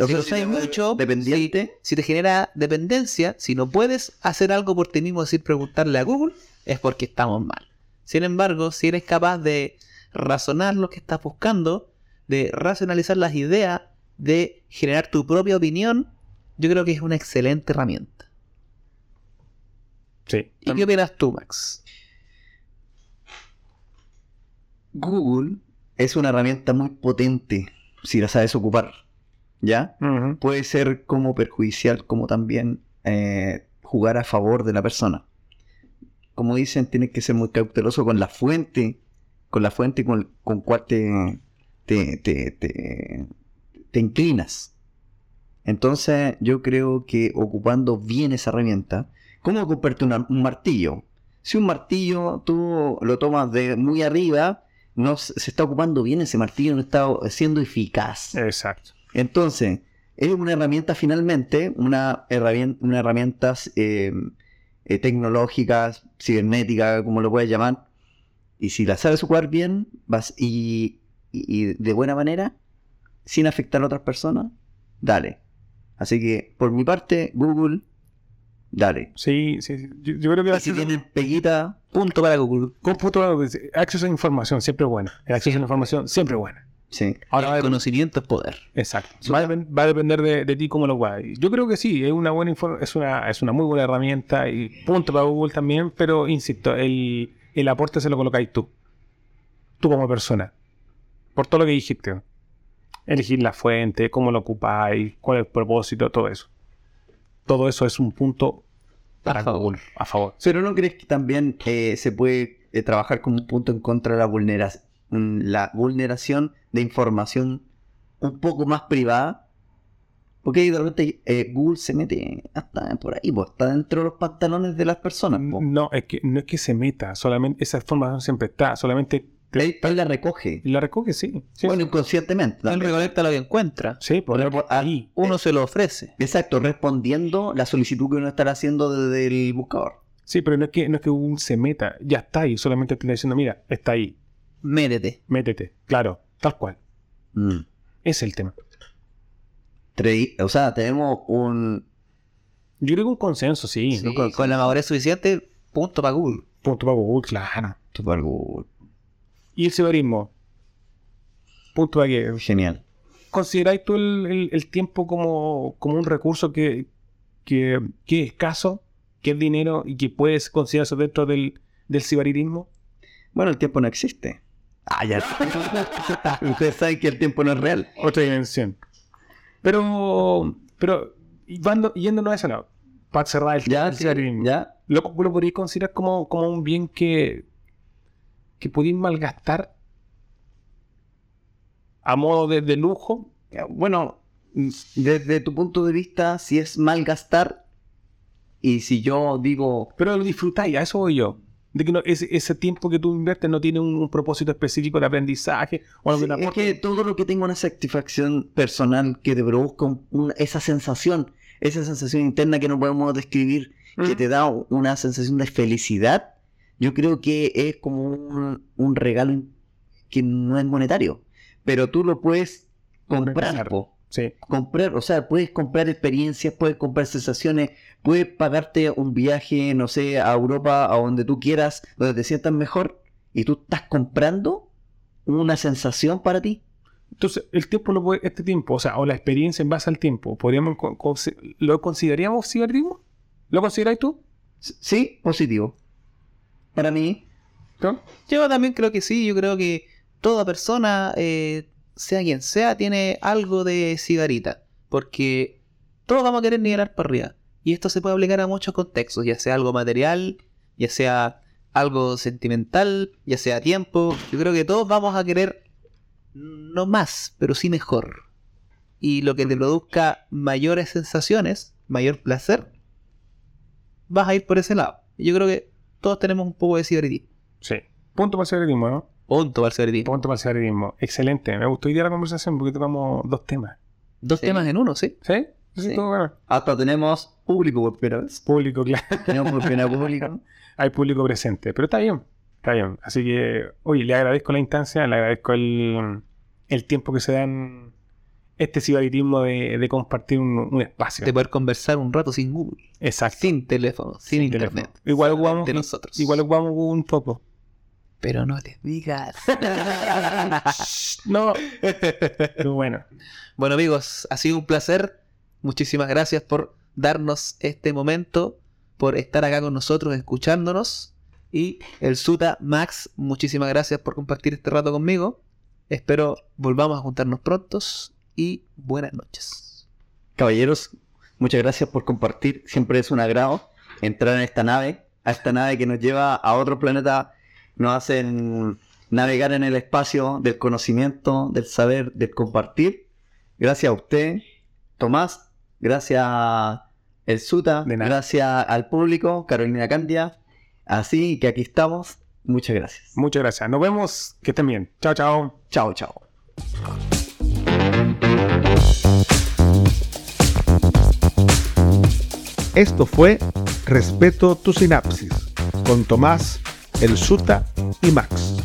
[SPEAKER 4] O
[SPEAKER 3] Si
[SPEAKER 4] sea,
[SPEAKER 3] lo sabes
[SPEAKER 4] te vuelves
[SPEAKER 3] mucho,
[SPEAKER 4] Dependiente.
[SPEAKER 3] Si te genera dependencia, si no puedes hacer algo por ti mismo, es decir, preguntarle a Google, es porque estamos mal. Sin embargo, si eres capaz de razonar lo que estás buscando, de racionalizar las ideas, de generar tu propia opinión, yo creo que es una excelente herramienta.
[SPEAKER 2] Sí.
[SPEAKER 3] ¿Y qué opinas tú, Max?
[SPEAKER 4] Google es una herramienta muy potente si la sabes ocupar. ¿Ya?
[SPEAKER 2] Ujú.
[SPEAKER 4] Puede ser como perjudicial, como también eh, jugar a favor de la persona. Como dicen, tienes que ser muy cauteloso con la fuente, con la fuente con, con cual te, te, te, te, te inclinas. Entonces, yo creo que ocupando bien esa herramienta, ¿cómo comprarte una- un martillo? Si un martillo tú lo tomas de muy arriba, no s- se está ocupando bien ese martillo, no está siendo
[SPEAKER 2] Eh,
[SPEAKER 4] eficaz.
[SPEAKER 2] Exacto.
[SPEAKER 4] Entonces, es una herramienta finalmente, una herramienta, una herramientas eh, eh, tecnológicas, cibernéticas, como lo puedes llamar. Y si la sabes jugar bien vas y, y- y de buena manera, sin afectar a otras personas, dale. Así que, por mi parte, Google, dale.
[SPEAKER 2] Sí, sí. sí. Yo, yo creo que
[SPEAKER 4] Y si tienen peguita,
[SPEAKER 3] Punto para Google.
[SPEAKER 2] Computador, acceso a la información, siempre bueno. El acceso a la información, siempre bueno.
[SPEAKER 4] sí.
[SPEAKER 2] Ahora, va a
[SPEAKER 3] El
[SPEAKER 2] dep-
[SPEAKER 3] conocimiento es poder.
[SPEAKER 2] exacto. Va a, depen- va a depender de, de ti cómo lo guardas. Yo creo que sí, es una buena infor- es una es una muy buena herramienta y punto para Google también, pero insisto, el, el aporte se lo colocáis tú. Tú como persona. Por todo lo que dijiste. Elegir la fuente, cómo lo ocupáis, cuál es el propósito, todo eso. Todo eso es un punto para
[SPEAKER 3] favor.
[SPEAKER 2] Google, a favor.
[SPEAKER 4] Pero ¿no crees que también eh, se puede eh, trabajar como un punto en contra de la, vulnera mm, la vulneración de información un poco más privada? Porque de repente eh, Google se mete hasta por ahí, pues, está dentro de los pantalones de las personas. pues.
[SPEAKER 2] N-
[SPEAKER 4] po.
[SPEAKER 2] No, es que no es que se meta, solamente esa información siempre está, solamente te-
[SPEAKER 4] Él, él la recoge.
[SPEAKER 2] la recoge, sí. sí,
[SPEAKER 4] bueno, inconscientemente.
[SPEAKER 3] Él
[SPEAKER 4] también.
[SPEAKER 3] recolecta lo que encuentra.
[SPEAKER 2] sí, por
[SPEAKER 4] Bueno, por- ah,
[SPEAKER 2] ahí.
[SPEAKER 3] Uno se lo ofrece.
[SPEAKER 4] Exacto, respondiendo la solicitud que uno estará haciendo desde el buscador.
[SPEAKER 2] Sí, pero no es que no es que Google se meta, ya está ahí, solamente te está diciendo, mira, está ahí,
[SPEAKER 3] Mérete.
[SPEAKER 2] métete. Claro, tal cual.
[SPEAKER 4] Mm.
[SPEAKER 2] Ese es el tema.
[SPEAKER 4] Tre- O sea, tenemos un...
[SPEAKER 2] Yo creo que un consenso, sí.
[SPEAKER 3] Sí, con, con la madurez suficiente, punto para Google.
[SPEAKER 2] Punto para Google, claro.
[SPEAKER 4] Super Google.
[SPEAKER 2] Y el ciberismo. Punto para que.
[SPEAKER 4] Genial.
[SPEAKER 2] ¿Consideráis tú el, el- el tiempo como, como un recurso que, que, que es escaso, que es dinero y que puedes considerarse dentro del, del ciberismo?
[SPEAKER 4] Bueno, el tiempo no existe. Ah, ya. Ustedes saben que el tiempo no es real.
[SPEAKER 2] otra dimensión. Pero, pero y vando- yéndonos a eso, no. Para cerrar el
[SPEAKER 4] Ya,
[SPEAKER 2] el
[SPEAKER 4] sí,
[SPEAKER 2] cigarrillo,
[SPEAKER 4] ya.
[SPEAKER 2] Lo, lo podríais considerar como, como un bien que, que pudís malgastar a modo de, de lujo.
[SPEAKER 4] Bueno, desde tu punto de vista, si es mal gastar y si yo digo,
[SPEAKER 2] Pero lo disfrutáis, a eso voy yo. De que no- ese, ese tiempo que tú inviertes no tiene un, un propósito específico de aprendizaje o
[SPEAKER 4] Sí,
[SPEAKER 2] algún
[SPEAKER 4] es
[SPEAKER 2] aporte.
[SPEAKER 4] que todo lo que tenga una satisfacción personal que te produzca un- un- esa sensación, esa sensación interna que no podemos describir, que
[SPEAKER 2] Ujú.
[SPEAKER 4] te da una sensación de felicidad, yo creo que es como un, un regalo que no es monetario, pero tú lo puedes comprar.
[SPEAKER 2] Comprar.
[SPEAKER 4] po.
[SPEAKER 2] Sí,
[SPEAKER 4] comprar, o sea, puedes comprar experiencias, puedes comprar sensaciones, puedes pagarte un viaje, no sé, a Europa, a donde tú quieras, donde te sientas mejor, y tú estás comprando una sensación para ti.
[SPEAKER 2] Entonces, el tiempo lo puede, este tiempo, o sea, o la experiencia en base al tiempo, podríamos co- consi- ¿lo consideraríamos ciberrismo? ¿Lo consideráis tú?
[SPEAKER 4] S- Sí, positivo. Para mí,
[SPEAKER 2] ¿No?
[SPEAKER 3] Yo también creo que sí, yo creo que toda persona, eh, sea quien sea, tiene algo de cigarita, porque todos vamos a querer nivelar para arriba. Y esto se puede aplicar a muchos contextos, ya sea algo material, ya sea algo sentimental, ya sea tiempo. Yo creo que todos vamos a querer no más, pero sí mejor. Y lo que te produzca mayores sensaciones, mayor placer, vas a ir por ese lado. Y Yo creo que todos tenemos un poco de ciberetismo.
[SPEAKER 2] Sí. Punto para el ciberetismo, ¿no?
[SPEAKER 3] Punto al ciberetismo.
[SPEAKER 2] Punto para el ciberetismo. Excelente. Me gustó hoy día la conversación porque tocamos dos temas.
[SPEAKER 3] Dos
[SPEAKER 4] Sí.
[SPEAKER 3] temas en uno, ¿sí?
[SPEAKER 2] ¿Sí?
[SPEAKER 3] Sí.
[SPEAKER 2] Estuvo bueno.
[SPEAKER 4] Hasta tenemos público por primera <laughs> vez.
[SPEAKER 2] Público, claro. <laughs>
[SPEAKER 4] Tenemos por primera vez público.
[SPEAKER 2] Hay público presente. Pero está bien. Está bien. Así que, oye, le agradezco la instancia, le agradezco el, el tiempo que se dan este ciberetismo de, de compartir un, un espacio.
[SPEAKER 3] De poder conversar un rato sin Google,
[SPEAKER 2] Exacto.
[SPEAKER 3] sin teléfono, sin,
[SPEAKER 2] teléfono.
[SPEAKER 3] internet.
[SPEAKER 2] Igual ocupamos,
[SPEAKER 3] de nosotros.
[SPEAKER 2] igual ocupamos un poco.
[SPEAKER 3] Pero no les digas.
[SPEAKER 2] No. <laughs> Pero bueno.
[SPEAKER 3] <laughs> Bueno amigos, ha sido un placer. Muchísimas gracias por darnos este momento, por estar acá con nosotros, escuchándonos. Y el Suta Max, muchísimas gracias por compartir este rato conmigo. Espero volvamos a juntarnos prontos y buenas noches.
[SPEAKER 4] Caballeros, muchas gracias por compartir. Siempre es un agrado entrar en esta nave, a esta nave que nos lleva a otro planeta. Nos hacen navegar en el espacio del conocimiento, del saber, del compartir. Gracias a usted, Tomás. Gracias a El Suta.
[SPEAKER 2] De nada.
[SPEAKER 4] Gracias al público, Carolina Candia. Así que aquí estamos. Muchas gracias.
[SPEAKER 2] Muchas gracias. Nos vemos. Que estén bien. Chao, chao.
[SPEAKER 4] Chao, chao.
[SPEAKER 1] Esto fue Respeto tu sinapsis con Tomás, El Suta y Max.